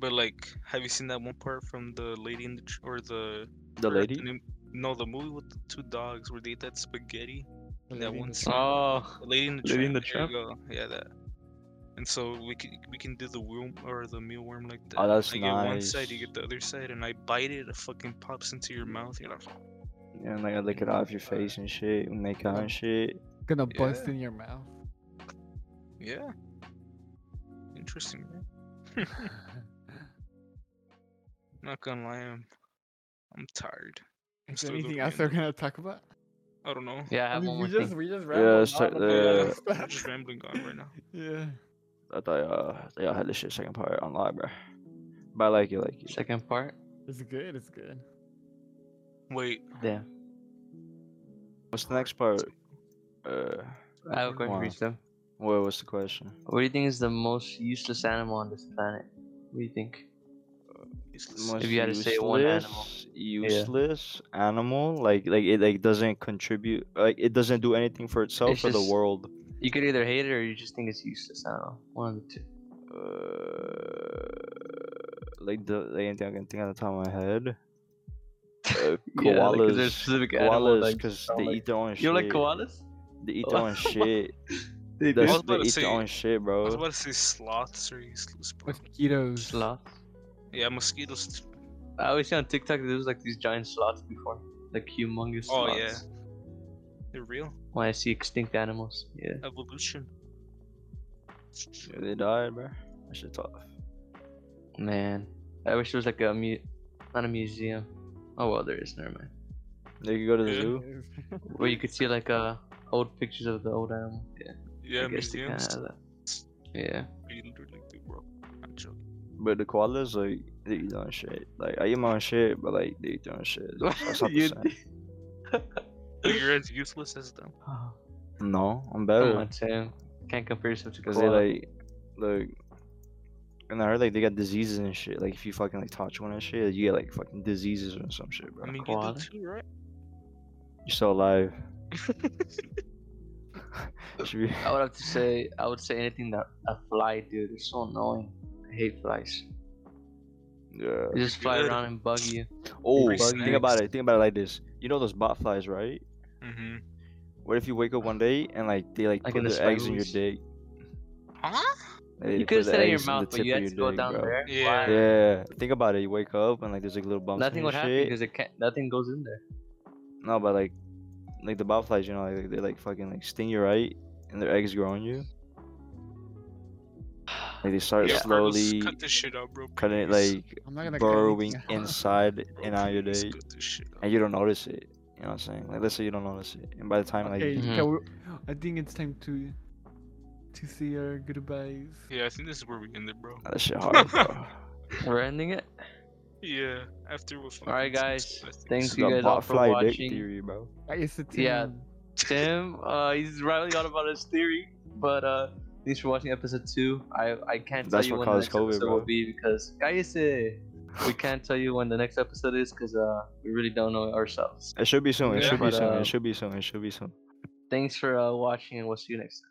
B: But like, have you seen that one part from the lady in the tr- or the
D: The
B: or the
D: lady.
B: name- no, the movie with the two dogs where they ate that spaghetti.
C: Like
B: That
C: in
B: one
C: the-
B: scene.
A: Oh.
B: The Lady in the
A: Lady in the
B: Tramp, there you go. Yeah, that. And so we can we can do the worm or the mealworm like that.
D: Oh, that's
B: I get one side, you
D: nice.
B: get the other side, and I bite it. It fucking pops into your mouth. You're like,
D: And like I lick it off your face and shit, and make out and shit.
C: Gonna bust
B: Yeah.
C: in your mouth.
B: yeah. Interesting, man. Not gonna lie, I'm, I'm tired.
C: Is
B: Let's
C: there
B: do the
C: anything else we're gonna talk about?
B: I don't know.
A: Yeah, I
C: I
A: have
C: mean,
A: one
C: we
A: more
C: just
A: thing.
C: we just
D: Yeah,
C: rambled
D: so-
C: on about
D: yeah.
C: that
B: I'm just
C: stuff.
B: rambling on right now.
C: Yeah.
D: I thought y'all, I thought you had this shit second part on live, bro. But I like it, like it.
A: Second part.
C: It's good. It's good.
B: Wait,
A: Yeah.
D: What's the next part? Uh,
A: I have a question for you,
D: Wow.
A: Tim.
D: what was the question?
A: What do you think is the most useless animal on this planet? What do you think?
B: useless.
A: If you had to say one animal.
D: useless- useless animal, like like it like doesn't contribute, like it doesn't do anything for itself
A: It's
D: or the
A: just-
D: world.
A: You could either hate it or you just think it's useless. I don't know. One of the two.
D: Uh, like the like anything I can think on the top of my head. Uh,
A: Yeah, like, 'cause
D: koalas,
A: there's specific animal
D: koalas,
A: that
D: because
A: sound
D: they
A: like-
D: eat their own shit.
A: You like koalas?
D: They eat their own shit.
A: They
D: That's-
B: I was about to
D: they eat
B: say-
D: their own
B: I
D: shit,
B: was
D: bro.
B: about to say sloths are useless, bro.
C: Mosquitoes.
A: Sloth.
B: Yeah, mosquitoes. t-
A: I always see on TikTok there was like these giant sloths before, like humongous
B: Oh
A: sloths.
B: yeah, they're real.
A: When I see extinct animals, yeah.
B: Evolution.
D: Yeah, they died, bro. That shit tough.
A: Man, I wish there was like a mu, not a museum. Oh well, there is. Never mind.
D: They could go to the
B: Yeah.
D: zoo.
A: Where you could see like uh old pictures of the old animal. Yeah.
B: Yeah,
A: I guess they kinda
B: museums.
A: have that. Yeah.
B: You literally do, bro. I'm joking.
D: But the koalas, like, they eat their own shit. Like, I eat my own shit, but, like, they eat their own shit. That's that's not the
A: You-
D: same.
B: So You're as useless as them.
D: Oh. No, I'm
A: Come
D: better.
A: on, Tim. Can't compare yourself to
D: Because they,
A: Oh. koala.
D: like, look. And I heard, like, they got diseases and shit. Like, if you fucking, like, touch one and shit, you get, like, fucking diseases or some shit, bro.
B: I mean,
A: koala.
B: you do too, right?
D: You're still alive. Should be...
A: I would have to say I would say anything that a fly, dude. It's so annoying. I hate flies.
D: Yeah.
A: They just fly
B: Good.
A: around and bug you.
D: Oh,
B: Big
D: think
B: snakes.
D: about it. Think about it like this. You know those bot flies, right?
B: Mm-hmm.
D: What if you wake up one day and, like, they, like,
A: Like
D: put
A: in the
D: their eggs in your
A: spiders.
D: dick?
B: Huh?
D: Like, they
A: you
D: put
A: could have
D: the
A: said it in your
D: eggs in the
A: mouth, but
D: tip
A: you
D: of
A: had
D: your
A: to go
D: dick,
A: down
D: bro.
A: there.
B: Yeah.
A: Why?
D: Yeah, think about it. You wake up and like there's like little bumps.
A: Nothing
D: in
A: would
D: your
A: happen
D: shit.
A: because it can't. Nothing goes in there.
D: No, but like, like the botflies, you know, like they like fucking like sting you right, and their eggs grow on you. Like they start
B: Yeah, Carlos,
D: slowly
B: cut this shit out, bro.
D: cutting it,
B: please.
D: like
C: I'm not gonna cut
D: burrowing
C: anything out.
D: inside
B: Bro,
D: and out your
B: please
D: day,
B: cut this shit out.
D: and you don't notice it. You know what I'm saying? Like let's say you don't notice it, and by the time like
C: Okay,
A: Mhm.
C: can we- I think it's time to to say our goodbyes.
B: Yeah, I think this is where we end it, bro.
D: that shit hard, bro.
A: We're ending it.
B: Yeah, after we're fucking
A: Alright,
B: some
A: guys,
B: disgusting
A: thank
D: It's
B: shit.
A: you
D: the
A: guys all
D: bot
A: for
D: fly dick
A: watching.
D: theory, bro.
C: I guess it's
A: Yeah.
C: um,
A: Tim, uh, he's rattling on about his theory, but uh, thanks for watching episode two. I I can't tell
D: That's
A: you when
D: what
A: the
D: caused
A: next
D: COVID,
A: episode
D: bro.
A: will be because Cállese. we can't tell you when the next episode is because uh, we really don't know ourselves.
D: It should be soon. It
B: Yeah.
D: should be
A: But,
D: soon.
A: uh,
D: It should be soon. It should be soon.
A: Thanks for uh, watching, and we'll see you next time.